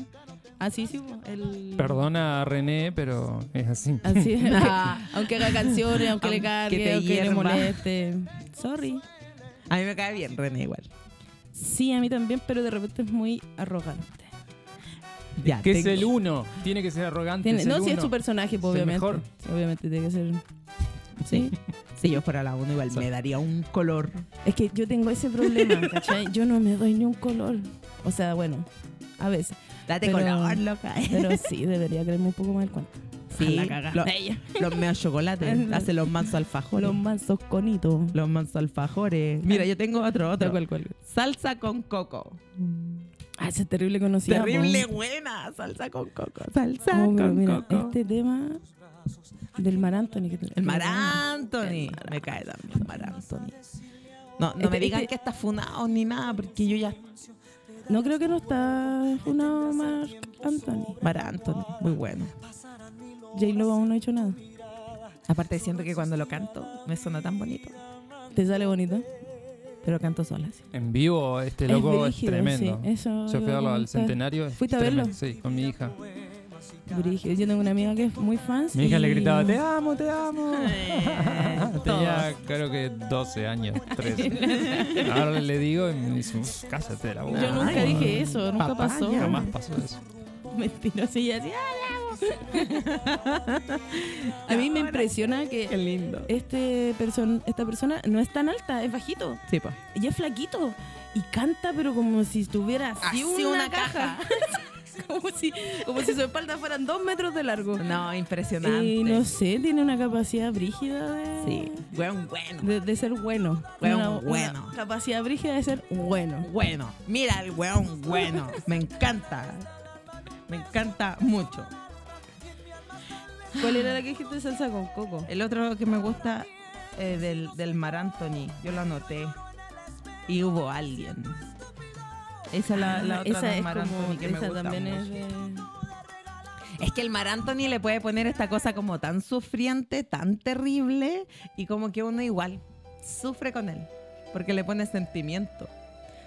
Speaker 1: Ah, sí, sí. po, El...
Speaker 3: Perdona a René, pero es así.
Speaker 1: Así es.
Speaker 2: Nah.
Speaker 1: Aunque haga canciones, aunque le
Speaker 2: Aunque
Speaker 1: cargue,
Speaker 2: te
Speaker 1: aunque le
Speaker 2: hierva.
Speaker 1: moleste. Sorry.
Speaker 2: A mí me cae bien René igual.
Speaker 1: Sí, a mí también, pero de repente es muy arrogante.
Speaker 2: Ya,
Speaker 3: Que es
Speaker 2: tengo-
Speaker 3: el uno, tiene que ser arrogante.
Speaker 1: Tiene-
Speaker 3: es el
Speaker 1: no, si es
Speaker 3: uno.
Speaker 1: su personaje, pues,
Speaker 3: Es el
Speaker 1: obviamente.
Speaker 3: mejor.
Speaker 1: Sí, Obviamente tiene que ser.
Speaker 2: Sí. Si yo fuera la uno igual me daría un color.
Speaker 1: Es que yo tengo ese problema, ¿cachai? Yo no me doy ni un color. O sea, bueno, a veces.
Speaker 2: Date
Speaker 1: Pero-
Speaker 2: color, loca.
Speaker 1: Pero sí, debería creerme un poco más el cuento.
Speaker 2: Sí,
Speaker 1: A la cagada.
Speaker 2: lo-
Speaker 1: Ella.
Speaker 2: los meos chocolates. hace los mansos alfajores.
Speaker 1: Los mansos conitos.
Speaker 2: Los mansos alfajores. Mira, yo tengo otro, otro.
Speaker 1: Tal cual, cual.
Speaker 2: Salsa con coco.
Speaker 1: Ah, ese es terrible conocido.
Speaker 2: Terrible buena. Salsa con coco. Salsa
Speaker 1: Oh, pero
Speaker 2: con
Speaker 1: mira,
Speaker 2: coco.
Speaker 1: este tema del Mar Anthony. que-
Speaker 2: El Mar Anthony. Me cae también el Mar Anthony. No, no
Speaker 1: Este-
Speaker 2: me digan
Speaker 1: este-
Speaker 2: que está funado ni nada, porque yo ya...
Speaker 1: No creo que no está una Mar Anthony.
Speaker 2: Mar Anthony, muy bueno.
Speaker 1: J-Lo aún no ha hecho nada.
Speaker 2: Aparte siento que cuando lo canto me suena tan bonito,
Speaker 1: ¿Te sale bonito?
Speaker 2: pero canto sola. sí.
Speaker 3: En vivo, este loco es,
Speaker 1: brígido,
Speaker 3: tremendo.
Speaker 1: sí, eso
Speaker 3: Yo
Speaker 1: iba a
Speaker 3: fui a verlo al
Speaker 1: comentar.
Speaker 3: centenario. es
Speaker 1: ¿Fuiste a verlo?
Speaker 3: tremendo, Sí, con mi hija.
Speaker 1: Brígido. Yo tengo una amiga que es muy fan.
Speaker 3: Mi hija
Speaker 1: y-
Speaker 3: le gritaba, te amo, te amo. Tenía creo que 12 años, 13. Ahora le digo y me dice, "Uf, cállate de la boca.
Speaker 1: Yo nunca
Speaker 3: Ay,
Speaker 1: dije eso, nunca
Speaker 2: Papaya.
Speaker 1: pasó.
Speaker 3: Jamás pasó eso.
Speaker 1: Mentirosa y así. "Ah, A mí me impresiona que
Speaker 2: lindo.
Speaker 1: este person- esta persona no es tan alta, es bajito.
Speaker 2: Sí, po.
Speaker 1: Y es flaquito. Y canta, pero como si estuviera así,
Speaker 2: Así
Speaker 1: una,
Speaker 2: una
Speaker 1: caja. como, si, como si su espalda fueran dos metros de largo.
Speaker 2: No, impresionante.
Speaker 1: Y no sé, tiene una capacidad brígida de,
Speaker 2: Sí, bueno, bueno.
Speaker 1: de, de ser bueno.
Speaker 2: Bueno,
Speaker 1: Una- una
Speaker 2: bueno.
Speaker 1: capacidad brígida de ser bueno.
Speaker 2: Bueno, mira el weón bueno. Me encanta. Me encanta mucho.
Speaker 1: ¿Cuál era la que dijiste salsa con coco?
Speaker 2: El otro que me gusta eh, del, del Mar Anthony, yo lo anoté. Y hubo alguien. Esa es la, la
Speaker 1: Ah,
Speaker 2: otra
Speaker 1: esa
Speaker 2: del
Speaker 1: es
Speaker 2: Mar
Speaker 1: como-
Speaker 2: Anthony que me
Speaker 1: esa
Speaker 2: gusta
Speaker 1: también
Speaker 2: mucho.
Speaker 1: es de-
Speaker 2: Es que el Mar Anthony le puede poner esta cosa como tan sufriente, tan terrible, y como que uno igual sufre con él, porque le pone sentimiento.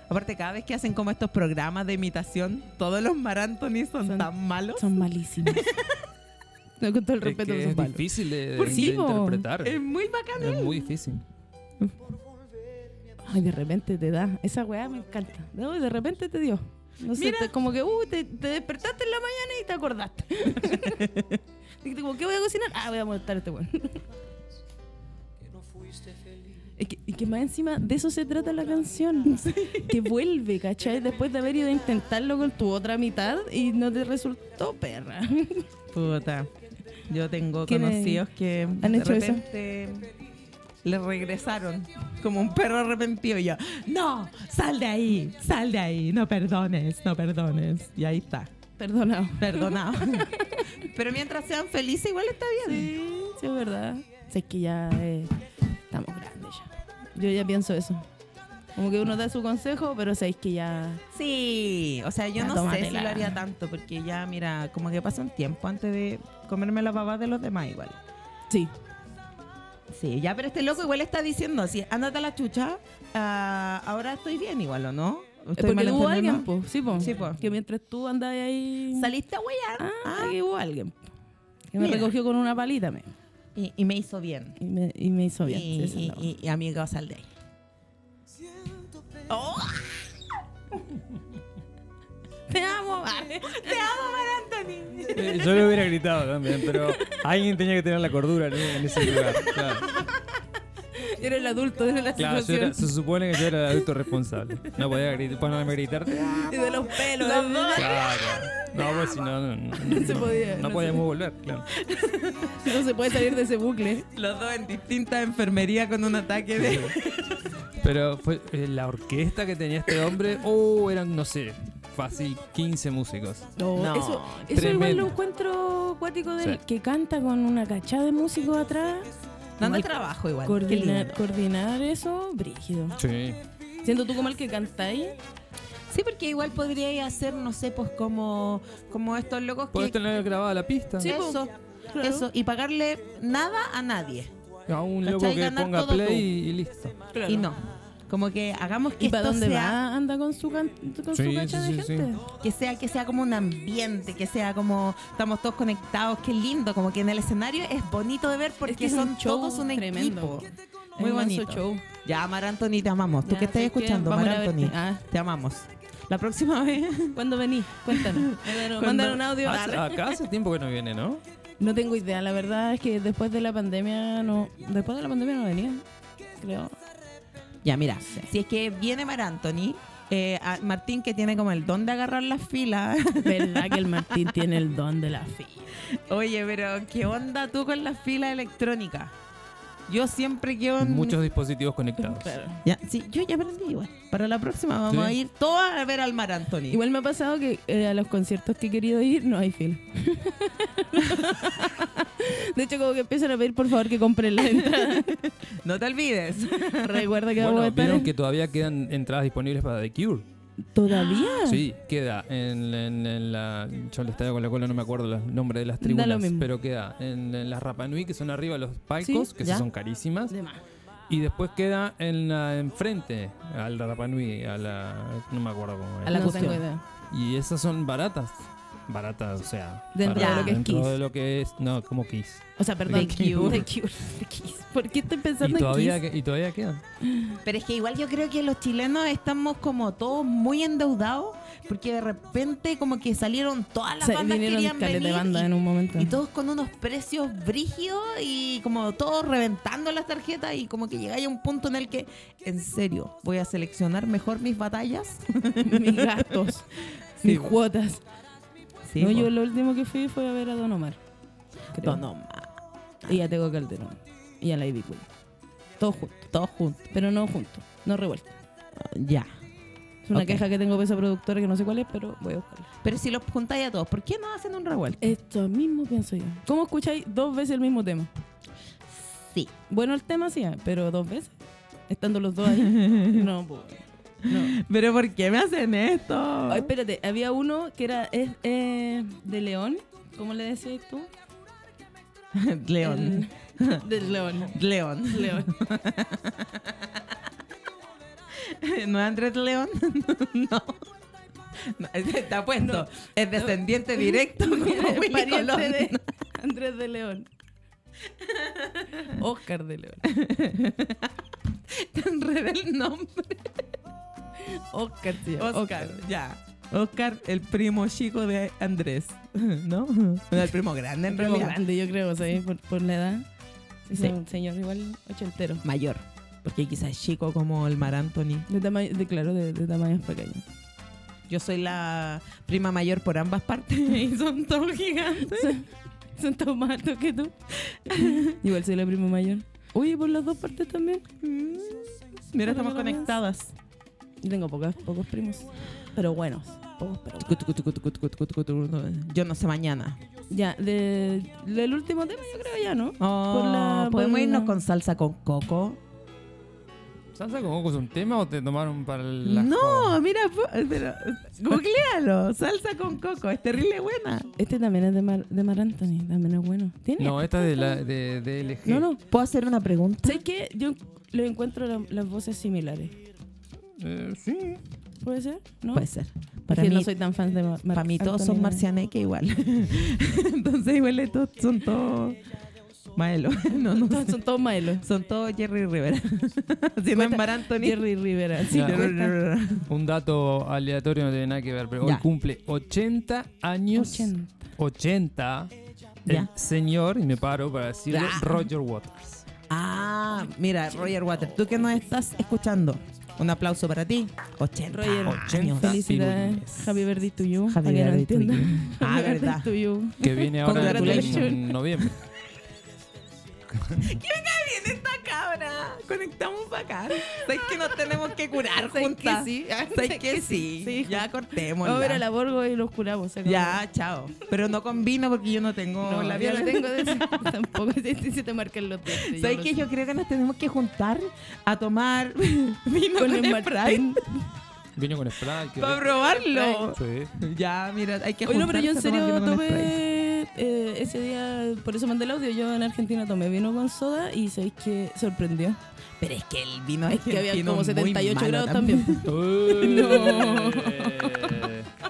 Speaker 2: Aparte, cada vez que hacen como estos programas de imitación, todos los Mar Anthony son,
Speaker 1: Son-
Speaker 2: tan malos.
Speaker 1: Son malísimos. No, con todo el respeto,
Speaker 3: es, que
Speaker 1: son
Speaker 3: es
Speaker 1: malos.
Speaker 3: difícil de, de-
Speaker 1: Por
Speaker 3: de
Speaker 1: sí, po.
Speaker 3: interpretar.
Speaker 2: Es muy bacán.
Speaker 3: Es muy difícil.
Speaker 1: Ay, de repente te da. Esa weá me encanta. No, de repente te dio. No sé,
Speaker 2: Mira.
Speaker 1: te- como que uh, te, te despertaste en la mañana y te acordaste. Dijiste, como, ¿qué voy a cocinar? Ah, voy a molestar a este weón. Es que, y que más encima de eso se trata la canción. Que vuelve, ¿cachai? Después de haber ido a intentarlo con tu otra mitad y no te resultó, perra.
Speaker 2: Puta, yo tengo
Speaker 1: ¿Quiénes
Speaker 2: conocidos que
Speaker 1: han
Speaker 2: de
Speaker 1: hecho eso?
Speaker 2: repente le regresaron como un perro arrepentido. Y yo, no, sal de ahí, sal de ahí, no perdones, no perdones. Y ahí está.
Speaker 1: Perdonado.
Speaker 2: Perdonado. Pero mientras sean felices, igual está bien.
Speaker 1: Sí, sí, es verdad. Si es que ya eh, estamos grandes ya. Yo ya pienso eso. Como que uno da su consejo, pero sabéis que ya.
Speaker 2: Sí. O sea, yo
Speaker 1: Ya,
Speaker 2: no sé si
Speaker 1: tómatela.
Speaker 2: lo haría tanto, porque ya, mira, como que pasa un tiempo antes de comerme las babas de los demás, igual.
Speaker 1: Sí.
Speaker 2: Sí, ya, pero este loco igual está diciendo así: ándate a la chucha, ah, ahora estoy bien, igual, ¿o no? Estoy
Speaker 1: Porque hubo
Speaker 2: malentendiendo.
Speaker 1: alguien, po. Sí, po.
Speaker 2: Sí, po.
Speaker 1: Que mientras tú andabas ahí.
Speaker 2: Saliste a huellar.
Speaker 1: Ah,
Speaker 2: Ah,
Speaker 1: que hubo alguien. po. Que me
Speaker 2: Mira.
Speaker 1: recogió con una palita me,
Speaker 2: y, y me hizo bien.
Speaker 1: y, me, y me hizo bien.
Speaker 2: Y,
Speaker 1: Sí, esa es la
Speaker 2: y- y amigo, sal de ahí. ¡Oh!
Speaker 1: wea. Te amo,
Speaker 2: ¡Te amo, Mar
Speaker 1: Dani.
Speaker 3: Eh, Yo le hubiera gritado también, pero alguien tenía que tener la cordura en, en ese lugar. Claro,
Speaker 1: Era el adulto de la
Speaker 3: Claro, yo era-
Speaker 1: situación.
Speaker 3: se supone que yo era el adulto responsable. No podía gritar, ponerme a gritar.
Speaker 1: Y de los pelos.
Speaker 2: Los
Speaker 1: ¿eh?
Speaker 2: dos.
Speaker 3: Claro. No, pues si no, no, no,
Speaker 1: se
Speaker 3: no-
Speaker 1: podía,
Speaker 3: no
Speaker 1: no se-
Speaker 3: podíamos volver, claro.
Speaker 1: No se puede salir de ese bucle.
Speaker 2: Los dos en distintas enfermerías con un ataque de.
Speaker 3: Pero fue eh, la orquesta que tenía este hombre, oh, eran, no sé, fácil 15 músicos.
Speaker 1: No,
Speaker 2: No,
Speaker 1: eso, eso
Speaker 3: tremendo.
Speaker 1: igual lo encuentro cuático de él,
Speaker 3: Sí.
Speaker 1: que canta con una cachada de músicos atrás.
Speaker 2: Dando
Speaker 1: Igual
Speaker 2: trabajo igual. Qué
Speaker 1: Coordinar,
Speaker 2: lindo.
Speaker 1: coordinar eso, brígido.
Speaker 3: Sí.
Speaker 1: Siento tú como el que cantáis.
Speaker 2: Sí, porque igual podríais hacer, no sé, pues como, como estos locos
Speaker 3: ¿Puedes
Speaker 2: que.
Speaker 3: tener grabada la pista?
Speaker 1: Sí, po.
Speaker 2: eso,
Speaker 1: Claro.
Speaker 2: eso, y pagarle nada a nadie.
Speaker 3: A un loco
Speaker 2: ¿Cachai?
Speaker 3: que
Speaker 2: Ganar
Speaker 3: ponga
Speaker 2: todo tú.
Speaker 3: play y, y listo.
Speaker 1: Claro.
Speaker 2: Y no. Como que hagamos que
Speaker 1: ¿Y para
Speaker 2: esto
Speaker 1: dónde
Speaker 2: sea,
Speaker 1: va? Anda con su, can- con
Speaker 3: Sí,
Speaker 1: su cacha
Speaker 3: sí,
Speaker 1: de
Speaker 3: sí, sí.
Speaker 1: gente.
Speaker 2: que sea, que sea como un ambiente, que sea como estamos todos conectados, qué lindo, como que en el escenario es bonito de ver porque
Speaker 1: Es que es
Speaker 2: son
Speaker 1: un show
Speaker 2: todos un
Speaker 1: tremendo.
Speaker 2: equipo.
Speaker 1: Es
Speaker 2: Muy
Speaker 1: un manso
Speaker 2: bonito.
Speaker 1: show.
Speaker 2: Ya, Mar Anthony, te amamos. Tú
Speaker 1: Ya,
Speaker 2: que estás
Speaker 1: ¿sabes qué?
Speaker 2: escuchando,
Speaker 1: Vamos
Speaker 2: Mar
Speaker 1: a ir a
Speaker 2: Anthony,
Speaker 1: verte. Ah.
Speaker 2: te amamos. La próxima vez.
Speaker 1: ¿Cuándo venís? Cuéntanos. Mándanos-
Speaker 2: Cuando-
Speaker 1: Mándanos un audio.
Speaker 3: Hace- acá hace tiempo que no viene, ¿no?
Speaker 1: No tengo idea, la verdad es que después de la pandemia no. Después de la pandemia no venía, creo.
Speaker 2: Ya, mira, si es que viene Mar Anthony, eh, a Martín que tiene como el don de agarrar las filas.
Speaker 1: ¿Verdad que el Martín tiene el don de la fila?
Speaker 2: Oye, pero ¿qué onda tú con las filas electrónicas? Yo siempre quedo en...
Speaker 3: Muchos dispositivos conectados.
Speaker 1: Claro.
Speaker 2: Ya, sí, yo ya aprendí igual. Para la próxima vamos a
Speaker 3: Sí.
Speaker 2: ir todas a ver al Mar Anthony.
Speaker 1: Igual me ha pasado que eh, a los conciertos que he querido ir no hay fila. De hecho, como que empiezan a pedir por favor que compren la entrada.
Speaker 2: No te olvides.
Speaker 1: Recuerda que vamos a
Speaker 3: Bueno,
Speaker 1: estar.
Speaker 3: vieron
Speaker 1: en-
Speaker 3: que todavía quedan entradas disponibles para The Cure.
Speaker 1: ¿Todavía?
Speaker 3: Sí, queda en, en- en la. Yo le estaba con la cola, no me acuerdo los nombres de las tribunas,
Speaker 1: mismo.
Speaker 3: pero queda en, en las Rapanui, que son arriba los palcos, que
Speaker 2: ya.
Speaker 3: son carísimas.
Speaker 1: De más.
Speaker 3: Y después queda en la enfrente, al Rapanui, a la. No me acuerdo cómo
Speaker 2: A
Speaker 3: era.
Speaker 2: la
Speaker 1: no tengo
Speaker 2: cuestión.
Speaker 1: idea.
Speaker 3: Y esas son baratas. Baratas, o sea.
Speaker 1: Dentro
Speaker 2: de
Speaker 3: para-
Speaker 2: lo
Speaker 1: que es
Speaker 3: dentro
Speaker 1: Kiss.
Speaker 3: de lo que es- No, como Kiss.
Speaker 1: O sea, perdón.
Speaker 2: The Cure.
Speaker 1: The Cure. The Kiss. ¿Por qué estoy
Speaker 3: Y
Speaker 1: pensando
Speaker 3: todavía,
Speaker 1: en Kiss?
Speaker 3: que- y todavía quedan.
Speaker 2: Pero es que igual yo creo que los chilenos estamos como todos muy endeudados porque de repente como que salieron todas las
Speaker 1: Se
Speaker 2: bandas que
Speaker 1: vinieron
Speaker 2: querían
Speaker 1: caleta de
Speaker 2: venir
Speaker 1: banda
Speaker 2: y-
Speaker 1: en un momento.
Speaker 2: Y todos con unos precios brígidos y como todos reventando las tarjetas y como que llegáis a un punto en el que, en serio, voy a seleccionar mejor mis batallas.
Speaker 1: mis gastos,
Speaker 2: Sí,
Speaker 1: mis
Speaker 2: po.
Speaker 1: cuotas.
Speaker 2: Sí,
Speaker 1: no, yo lo último que fui fue a ver a Don Omar. creo.
Speaker 2: ah,
Speaker 1: Y a Tego Calderón. Y a Lady Queen. Todos juntos.
Speaker 2: todos juntos.
Speaker 1: Pero no juntos. No revueltos.
Speaker 2: Ya.
Speaker 1: Es una
Speaker 2: Ok.
Speaker 1: queja que tengo de esa productora que no sé cuál es, pero voy a buscarla.
Speaker 2: Pero si los juntáis a todos, ¿por qué no hacen un revuelto?
Speaker 1: Esto mismo pienso yo. ¿Cómo escucháis dos veces el mismo tema?
Speaker 2: Sí.
Speaker 1: Bueno, el tema sí, ah, pero dos veces. Estando los dos ahí. no, po. No.
Speaker 2: ¿Pero por qué me hacen esto?
Speaker 1: Ay, espérate, había uno que era es, eh, de León. ¿Cómo le decías tú?
Speaker 2: León.
Speaker 1: El- de León.
Speaker 2: León.
Speaker 1: León.
Speaker 2: ¿No es Andrés León? no. No, Está puesto. Es descendiente directo como
Speaker 1: Eres
Speaker 2: Willy
Speaker 1: pariente
Speaker 2: Colón.
Speaker 1: de Andrés de León. Oscar de León.
Speaker 2: Te enredé el nombre.
Speaker 1: Oscar, Oh, tío.
Speaker 2: Oscar, ya. Oscar, el primo chico de Andrés. ¿No? Bueno, el primo grande en
Speaker 1: Un primo
Speaker 2: realidad.
Speaker 1: grande, yo creo, ¿sabes? Por, por la edad. Es
Speaker 2: Sí.
Speaker 1: un señor igual ochentero.
Speaker 2: Mayor. Porque quizás es chico como el Mar Anthony.
Speaker 1: De tamaño, de, claro, de, de tamaños pequeños.
Speaker 2: Yo soy la prima mayor por ambas partes y son todos gigantes.
Speaker 1: Son- Son todos más altos que tú. igual soy la prima mayor. Oye, por las dos partes también.
Speaker 2: Mm. Mira, estamos conectadas.
Speaker 1: Yo Tengo pocas, pocos primos. Pero buenos. Pocos, pero buenos.
Speaker 2: Tucu, tucu, tucu, tucu, tucu, tucu, tucu, tucu. Yo no sé mañana.
Speaker 1: Ya, de, del último tema yo creo ya, ¿no?
Speaker 2: Oh,
Speaker 1: Por la-
Speaker 2: ¿Podemos
Speaker 1: por
Speaker 2: irnos
Speaker 1: la-
Speaker 2: con salsa con coco?
Speaker 3: ¿Salsa con coco es un tema o te tomaron para la
Speaker 2: No, mira, po- pero googlealo. Salsa con coco, es terrible buena.
Speaker 1: Este también es de Mar, de Mar Anthony, también es bueno. ¿Tiene?
Speaker 3: No, esta es de, la, de, de LG.
Speaker 1: no, no.
Speaker 2: ¿Puedo hacer una pregunta?
Speaker 1: ¿Sabes qué? Yo le encuentro la- las voces similares.
Speaker 3: Eh, sí.
Speaker 1: ¿Puede ser? ¿No?
Speaker 2: Puede ser.
Speaker 1: Para
Speaker 2: Para mí,
Speaker 1: no soy tan fan de Mar
Speaker 2: para mí todos
Speaker 1: Anthony
Speaker 2: son
Speaker 1: Mar-
Speaker 2: marcianeque igual. Entonces igual de todos son todos Maelo. No, no
Speaker 1: Todos-
Speaker 2: sé.
Speaker 1: son todos maelos.
Speaker 2: Son todos Jerry Rivera. si no es
Speaker 1: Cuenta-
Speaker 2: Mar Anthony.
Speaker 1: Jerry Rivera. sí.
Speaker 3: Ya.
Speaker 2: Jerry Rivera.
Speaker 3: Un dato aleatorio no tiene nada que ver, pero
Speaker 2: Ya.
Speaker 3: hoy cumple 80 años. 80.
Speaker 1: 80.
Speaker 3: El
Speaker 2: Ya.
Speaker 3: señor, y me paro para decirlo,
Speaker 2: Ya.
Speaker 3: Roger Waters.
Speaker 2: Ah, mira, Roger Waters, tú que nos estás escuchando, un aplauso para ti. 80
Speaker 1: Roger,
Speaker 2: años.
Speaker 3: 80.
Speaker 1: Felicidades. Happy birthday to you.
Speaker 2: Javi
Speaker 1: para que no
Speaker 2: Verde y tú.
Speaker 1: entienda.
Speaker 2: Ah,
Speaker 1: Happy birthday
Speaker 2: verdad.
Speaker 1: to you.
Speaker 3: Que viene ahora en
Speaker 1: Congratulations.
Speaker 3: noviembre.
Speaker 2: viene esta cabra? Conectamos para acá. ¿Sabes que nos tenemos que curar juntas?
Speaker 1: sí? ah,
Speaker 2: ¿Sabes que sí?
Speaker 1: Sí.
Speaker 2: Ya cortemos.
Speaker 1: Ahora la borgo y los curamos. se acabó.
Speaker 2: Ya, chao. Pero no combino porque yo no tengo
Speaker 1: No,
Speaker 2: la
Speaker 1: yo
Speaker 2: viola.
Speaker 1: no tengo de eso. Tampoco si, si te marcan los dientes. yo
Speaker 2: ¿Sabes
Speaker 1: lo
Speaker 2: qué?
Speaker 1: sé.
Speaker 2: Yo creo que nos tenemos que juntar a tomar
Speaker 1: Con
Speaker 2: vino con,
Speaker 1: el
Speaker 2: spray
Speaker 1: Martín.
Speaker 3: Vino con Sprite. que
Speaker 2: para
Speaker 3: rico.
Speaker 2: probarlo.
Speaker 3: Sí.
Speaker 2: Ya, mira, hay que
Speaker 1: Oye, no, pero yo en
Speaker 2: juntarse a
Speaker 1: serio
Speaker 2: tomar vino con spray.
Speaker 1: tomé eh, ese día, por eso mandé el audio. Yo en Argentina tomé vino con soda y sabéis que sorprendió.
Speaker 2: Pero es que el vino
Speaker 1: Es que había
Speaker 2: argentino
Speaker 1: como
Speaker 2: es muy
Speaker 1: 78
Speaker 2: malo
Speaker 1: grados también.
Speaker 3: Eh, no.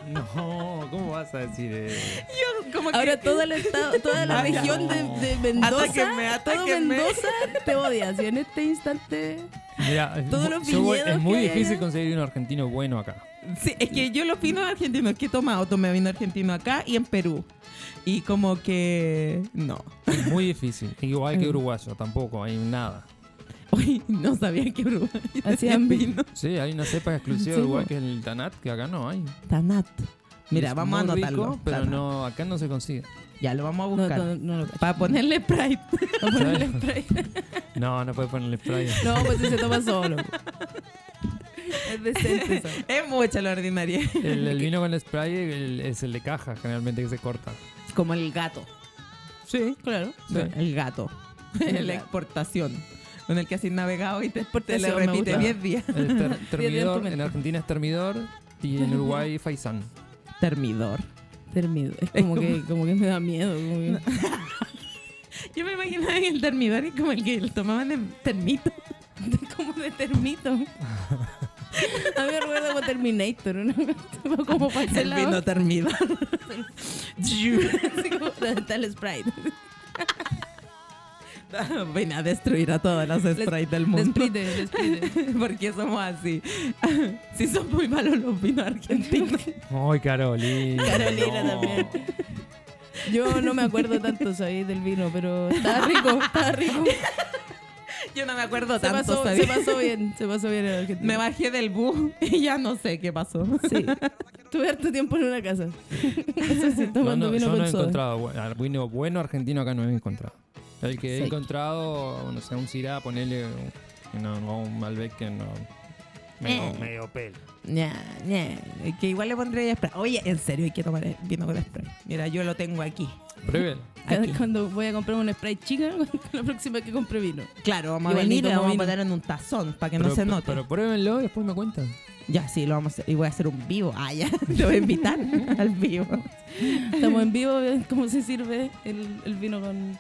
Speaker 3: No, ¿cómo vas a decir eso?
Speaker 2: Yo como que-
Speaker 1: Ahora toda la, esta- toda la
Speaker 2: Ah,
Speaker 3: Ay,
Speaker 1: región
Speaker 3: no.
Speaker 1: de, de Mendoza,
Speaker 2: Atáquenme,
Speaker 1: todo
Speaker 2: atáquenme.
Speaker 1: Mendoza te odias. Y en este instante,
Speaker 3: Mira, es
Speaker 1: Todos
Speaker 3: mu-
Speaker 1: los
Speaker 3: yo voy- es
Speaker 1: viñedos
Speaker 3: muy
Speaker 1: que hay
Speaker 3: difícil
Speaker 1: acá.
Speaker 3: conseguir un argentino bueno acá.
Speaker 2: Sí, es que yo los vinos argentinos que he tomado, tomé vino argentino acá y en Perú. Y como que no.
Speaker 3: Es muy difícil. Igual que uruguayo, tampoco hay nada.
Speaker 2: Uy, no sabía que Uruguay
Speaker 1: Hacían
Speaker 2: vino.
Speaker 3: Sí, hay una cepa exclusiva
Speaker 2: Sí,
Speaker 3: de Uruguay
Speaker 2: po.
Speaker 3: que es el Tanat, que acá no hay.
Speaker 2: Tanat. Mira,
Speaker 3: Es
Speaker 2: vamos a
Speaker 3: muy
Speaker 2: anotarlo.
Speaker 3: rico, pero
Speaker 2: Tanat.
Speaker 3: no, acá no se consigue.
Speaker 2: Ya lo vamos a
Speaker 1: no,
Speaker 2: buscar.
Speaker 1: no, no lo cacho.
Speaker 2: Para ponerle Pride.
Speaker 1: No, ponerle spray.
Speaker 3: No, no puedes ponerle spray.
Speaker 1: No, pues ese se toma solo. Es decente eso.
Speaker 2: es mucha la ordinaria.
Speaker 3: El, el vino con spray el- es el de caja, generalmente que se corta.
Speaker 2: Como el gato.
Speaker 3: Sí.
Speaker 1: Claro.
Speaker 3: Sí.
Speaker 2: El gato.
Speaker 1: El
Speaker 2: la
Speaker 1: gato.
Speaker 2: exportación. Con el que así navegado y te, te le
Speaker 1: Exportación, me
Speaker 2: repite
Speaker 3: gusta.
Speaker 2: 10 días.
Speaker 3: El ter-
Speaker 1: Bien,
Speaker 3: termidor,
Speaker 1: bien,
Speaker 3: en Argentina es termidor y en Uruguay faisán.
Speaker 2: Termidor.
Speaker 1: Termido. Es como que, como que me da miedo. como que-
Speaker 2: Yo me imaginaba en el termidor y como el que lo tomaban de termito.
Speaker 1: como de termito. A mí me recuerda como Terminator, ¿no? como para ese
Speaker 2: El vino
Speaker 1: lado.
Speaker 2: termidor.
Speaker 1: Así como, ¿dónde está el Sprite?
Speaker 2: Ven a destruir a todas las sprites del mundo.
Speaker 1: Desprite, desprite.
Speaker 2: Porque somos así. Sí, son muy malos los vinos argentinos.
Speaker 3: Ay, Carolina.
Speaker 1: Carolina
Speaker 3: no.
Speaker 1: también. Yo no me acuerdo tanto, sabéis, del vino, pero estaba rico, estaba rico.
Speaker 2: Yo no me acuerdo
Speaker 1: Se
Speaker 2: tanto.
Speaker 1: pasó,
Speaker 2: ¿sabes?
Speaker 1: se pasó bien, se pasó bien en Argentina.
Speaker 2: Me bajé del bus y ya no sé qué pasó.
Speaker 1: Sí. Tuve harto tiempo en una casa. Eso sí,
Speaker 3: No,
Speaker 1: tomando
Speaker 3: no,
Speaker 1: vino
Speaker 3: yo
Speaker 1: con
Speaker 3: no he
Speaker 1: soda.
Speaker 3: encontrado bu- al vino bueno argentino acá no he encontrado. El que he
Speaker 1: Sí.
Speaker 3: encontrado, no sé, un Syrah, ponerle no, no, un Malbec que no. Medio,
Speaker 2: Eh.
Speaker 3: medio pelo.
Speaker 2: Ña, ña. Que igual le pondría spray. Oye, en serio, hay que tomar el vino con spray. Mira, yo lo tengo aquí.
Speaker 3: Pruébelo.
Speaker 1: Cada-
Speaker 2: Aquí.
Speaker 1: Cuando voy a comprar un Sprite chica, la próxima que compre vino.
Speaker 2: Claro, vamos a
Speaker 1: Igual ni
Speaker 2: venir y lo
Speaker 1: tomo
Speaker 2: vamos a
Speaker 1: vino.
Speaker 2: poner en un tazón para que
Speaker 3: pero,
Speaker 2: no se note.
Speaker 3: Pero pruébenlo y después me cuentan.
Speaker 1: Eh,
Speaker 2: Ya, sí, lo vamos a hacer. Y voy a hacer un vivo. Ah, ya. Te voy a invitar al vivo.
Speaker 1: Estamos en vivo, ven cómo se sirve el, el vino con...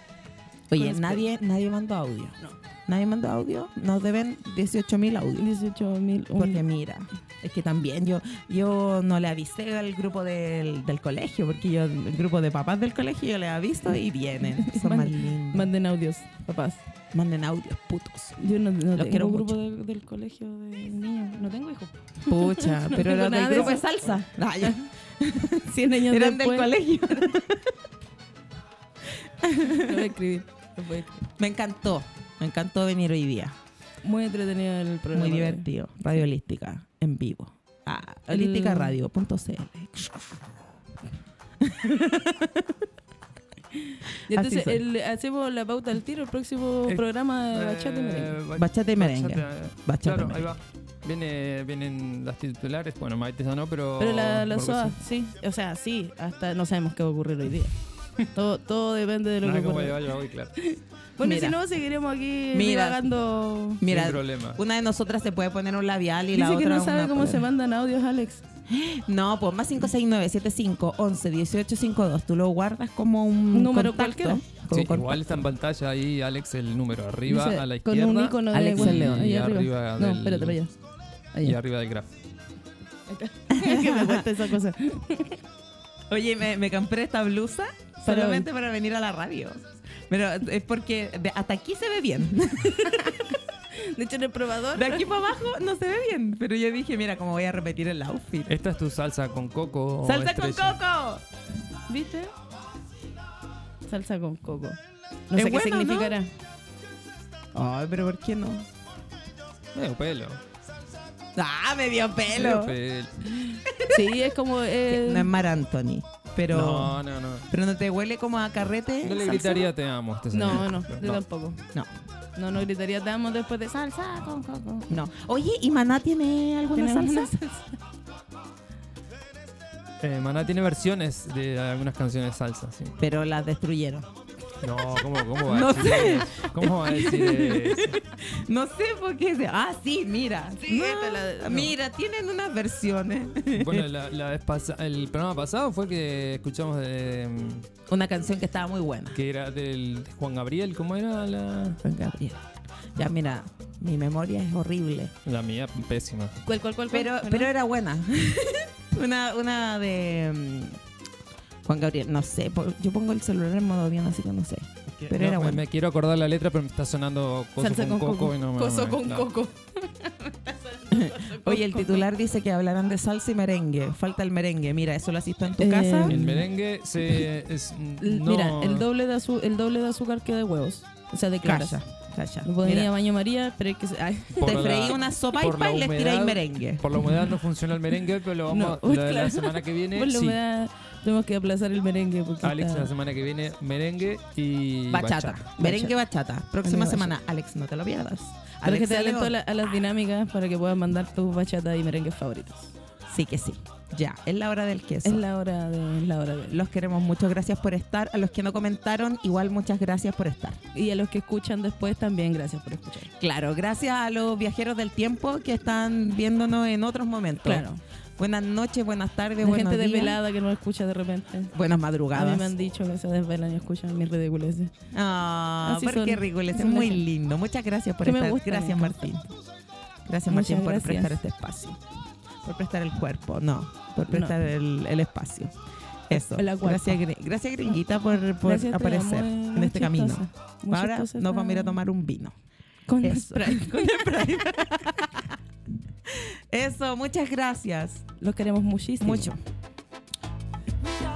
Speaker 2: Oye,
Speaker 1: Con spray.
Speaker 2: nadie, nadie mandó audio.
Speaker 1: No.
Speaker 2: Nadie mandó audio. Nos deben 18.000 audios.
Speaker 1: 18.000.
Speaker 2: Porque mira, es que también yo, yo no le avisé al grupo del, del colegio, porque yo, el grupo de papás del colegio, yo les aviso y vienen. Son más
Speaker 1: Manden-
Speaker 2: lindos.
Speaker 1: Manden audios, papás.
Speaker 2: Manden audios, putos.
Speaker 1: Yo no, no
Speaker 2: Los
Speaker 1: tengo
Speaker 2: quiero
Speaker 1: grupo de- del colegio de niños. No tengo hijos.
Speaker 2: Pucha, pero
Speaker 1: tengo
Speaker 2: eran del
Speaker 1: nada de
Speaker 2: grupo de
Speaker 1: eso.
Speaker 2: salsa. Ah, ya.
Speaker 1: 100 años
Speaker 2: Eran del
Speaker 1: después.
Speaker 2: colegio.
Speaker 1: No voy a escribir. no voy a escribir.
Speaker 2: Me encantó. Me encantó venir hoy día.
Speaker 1: Muy entretenido el programa.
Speaker 2: Muy divertido. Radio Holística, en vivo. Ah,
Speaker 1: El-
Speaker 2: holísticaradio.cl.
Speaker 1: Y entonces
Speaker 2: Así
Speaker 1: el- hacemos la pauta al tiro, el próximo
Speaker 3: Eh,
Speaker 1: programa de Bachata y Merengue.
Speaker 3: Eh, ba-
Speaker 2: Bachata y merengue.
Speaker 3: bachata, eh,
Speaker 2: Bachata
Speaker 3: claro,
Speaker 2: y
Speaker 3: ahí va. Viene, vienen las titulares. Bueno, Maitesa no, pero.
Speaker 1: Pero la, la
Speaker 3: porque
Speaker 1: SOA,
Speaker 3: sí.
Speaker 1: sí. O sea, sí, hasta no sabemos qué va a ocurrir hoy día. Todo, todo depende de lo
Speaker 3: Nada
Speaker 1: que
Speaker 3: como le
Speaker 1: ocurra.
Speaker 3: vaya hoy, claro.
Speaker 1: Bueno, y
Speaker 2: Mira.
Speaker 1: si no, seguiremos aquí
Speaker 2: Mira.
Speaker 1: divagando.
Speaker 3: Sin
Speaker 2: Mira,
Speaker 3: problema.
Speaker 2: una de nosotras se puede poner un labial y la
Speaker 1: Dice
Speaker 2: otra
Speaker 1: que no
Speaker 2: una
Speaker 1: sabe cómo
Speaker 2: polera.
Speaker 1: se mandan audios, Alex.
Speaker 2: No, pues más 569-75-11-1852. Tú lo guardas como un
Speaker 1: Número
Speaker 2: contacto,
Speaker 1: cualquiera.
Speaker 2: como
Speaker 3: Sí,
Speaker 2: contacto.
Speaker 3: igual está en pantalla ahí, Alex, el número arriba
Speaker 1: Dice,
Speaker 3: a la
Speaker 1: con
Speaker 3: izquierda.
Speaker 1: un icono de
Speaker 2: Alex
Speaker 1: bueno,
Speaker 2: el León.
Speaker 1: ahí
Speaker 3: Y
Speaker 1: arriba.
Speaker 3: arriba
Speaker 1: No,
Speaker 3: del-
Speaker 1: espérate, para allá.
Speaker 3: Y
Speaker 1: Allá.
Speaker 3: arriba del graf.
Speaker 1: Acá. que me cuesta esa cosa.
Speaker 2: Oye, me, me compré esta blusa
Speaker 1: Para
Speaker 2: solamente para venir a la radio. Pero es porque de- hasta aquí se ve bien.
Speaker 1: De hecho, en el probador.
Speaker 2: De aquí para abajo no se ve bien. Pero yo dije, mira, cómo voy a repetir el outfit.
Speaker 3: ¿Esta es tu salsa con coco? o
Speaker 2: ¡Salsa con
Speaker 3: estrella?
Speaker 2: coco!
Speaker 1: ¿Viste? Salsa con coco. No
Speaker 2: Es
Speaker 1: sé qué
Speaker 2: bueno,
Speaker 1: significará.
Speaker 2: Ay, pero ¿por qué no?
Speaker 3: Medio pelo.
Speaker 2: Ah, me dio
Speaker 3: Medio
Speaker 2: pelo.
Speaker 3: pelo.
Speaker 1: Sí, es como. eh,
Speaker 2: No es Mar Anthony. Pero no.
Speaker 3: No, no, no.
Speaker 2: pero no te huele como a carrete.
Speaker 3: No le
Speaker 2: salsa?
Speaker 3: gritaría te amo a este
Speaker 1: no,
Speaker 3: señor.
Speaker 1: no, yo tampoco.
Speaker 2: No,
Speaker 1: No, no gritaría te amo después de salsa con coco.
Speaker 2: no. Oye, ¿y Maná tiene alguna
Speaker 1: ¿Tiene alguna
Speaker 2: salsa?
Speaker 3: Eh, Maná tiene versiones de algunas canciones de salsa, sí.
Speaker 2: Pero la destruyeron.
Speaker 3: No, ¿cómo, cómo va
Speaker 2: No
Speaker 3: a decir eso? ¿Cómo va a decir eso?
Speaker 2: No sé por qué. se- Ah, sí, mira.
Speaker 1: Sí,
Speaker 2: No,
Speaker 1: esta la- no.
Speaker 2: Mira, tienen unas versiones.
Speaker 3: Bueno, la, la vez pasa- el programa pasado fue que escuchamos de, mm,
Speaker 2: Una canción que estaba muy buena.
Speaker 3: que era del de Juan Gabriel, ¿cómo era la,
Speaker 2: Juan Gabriel. Ya, mira, mi memoria es horrible.
Speaker 3: la mía? Pésima.
Speaker 1: ¿Cuál, cuál, cuál? cuál?
Speaker 2: Pero,
Speaker 1: ¿Cuál?
Speaker 2: pero era buena. una, una de mm, Juan Gabriel, no sé. por- Yo pongo el celular en modo avión, así que no sé.
Speaker 3: Que-
Speaker 2: Pero
Speaker 3: no,
Speaker 2: era
Speaker 3: me,
Speaker 2: bueno.
Speaker 3: me quiero acordar la letra, pero me está sonando coso
Speaker 1: salsa
Speaker 3: con, coco. y no me-
Speaker 1: Coso
Speaker 3: no,
Speaker 1: con
Speaker 3: claro.
Speaker 1: coco.
Speaker 2: Oye, el titular dice que hablarán de salsa y merengue. Falta el merengue. Mira, eso lo asisto en tu
Speaker 1: Eh,
Speaker 2: casa.
Speaker 3: El merengue se, es,
Speaker 1: L-
Speaker 3: no-
Speaker 1: Mira, el doble, de azu- el doble de azúcar que de huevos. O sea, de claras.
Speaker 2: Calla, calla.
Speaker 1: Lo ponía
Speaker 2: Mira,
Speaker 1: baño María, pero es que. se- ay,
Speaker 3: por
Speaker 2: te
Speaker 3: la-
Speaker 2: freí una sopa y
Speaker 3: por la
Speaker 2: pan y le tiráis
Speaker 3: humedad-
Speaker 2: merengue.
Speaker 3: Por la humedad no funciona el merengue, pero lo vamos
Speaker 1: No,
Speaker 3: a- la, de
Speaker 1: claro.
Speaker 3: la semana que viene.
Speaker 1: por la
Speaker 3: sí.
Speaker 1: humedad, tenemos que aplazar el merengue. Porque
Speaker 3: Alex,
Speaker 1: está-
Speaker 3: la semana que viene, merengue y.
Speaker 2: Bachata. Merengue bachata. Próxima
Speaker 1: Merengue,
Speaker 2: semana, Alex, no te lo pierdas.
Speaker 1: Pero es que
Speaker 2: Alex
Speaker 1: te
Speaker 2: León.
Speaker 1: alento a, la- a las dinámicas para que puedas mandar tus bachatas y merengues favoritos.
Speaker 2: Sí que sí. Ya, es la hora del queso.
Speaker 1: Es la hora de. es la hora de
Speaker 2: Los queremos mucho, gracias por estar. A los que no comentaron, igual muchas gracias por estar.
Speaker 1: y a los que escuchan después también, gracias por escuchar.
Speaker 2: Claro, gracias a los viajeros del tiempo que están viéndonos en otros momentos.
Speaker 1: Claro.
Speaker 2: Buenas noches, buenas tardes,
Speaker 1: La
Speaker 2: buenos
Speaker 1: gente
Speaker 2: días.
Speaker 1: desvelada que no escucha de repente.
Speaker 2: Buenas
Speaker 1: A mí
Speaker 2: madrugadas.
Speaker 1: me han dicho que se desvelan y escuchan mis ridiculeces.
Speaker 2: Ah,
Speaker 1: Así
Speaker 2: pero
Speaker 1: son-
Speaker 2: qué rico, es
Speaker 1: son la
Speaker 2: muy
Speaker 1: gente.
Speaker 2: lindo. Muchas gracias por
Speaker 1: Que me
Speaker 2: estar.
Speaker 1: gusta
Speaker 2: Gracias,
Speaker 1: esto.
Speaker 2: Martín. Gracias,
Speaker 1: Muchas
Speaker 2: Martín, por
Speaker 1: gracias.
Speaker 2: prestar este espacio. Por prestar el cuerpo, no, por prestar el, el espacio. Eso.
Speaker 1: La cuerpa.
Speaker 2: gracias, gri- gracias, Gringuita, por, por
Speaker 1: Gracias, te
Speaker 2: aparecer
Speaker 1: amo, es
Speaker 2: en
Speaker 1: muy
Speaker 2: este camino.
Speaker 1: chistosa. Muy
Speaker 2: Ahora
Speaker 1: chistosa esta-
Speaker 2: nos vamos a ir a tomar un vino.
Speaker 1: con
Speaker 2: Eso.
Speaker 1: Sprite.
Speaker 2: Con spray. Eso, muchas gracias.
Speaker 1: Los queremos muchísimo.
Speaker 2: Mucho.
Speaker 4: We are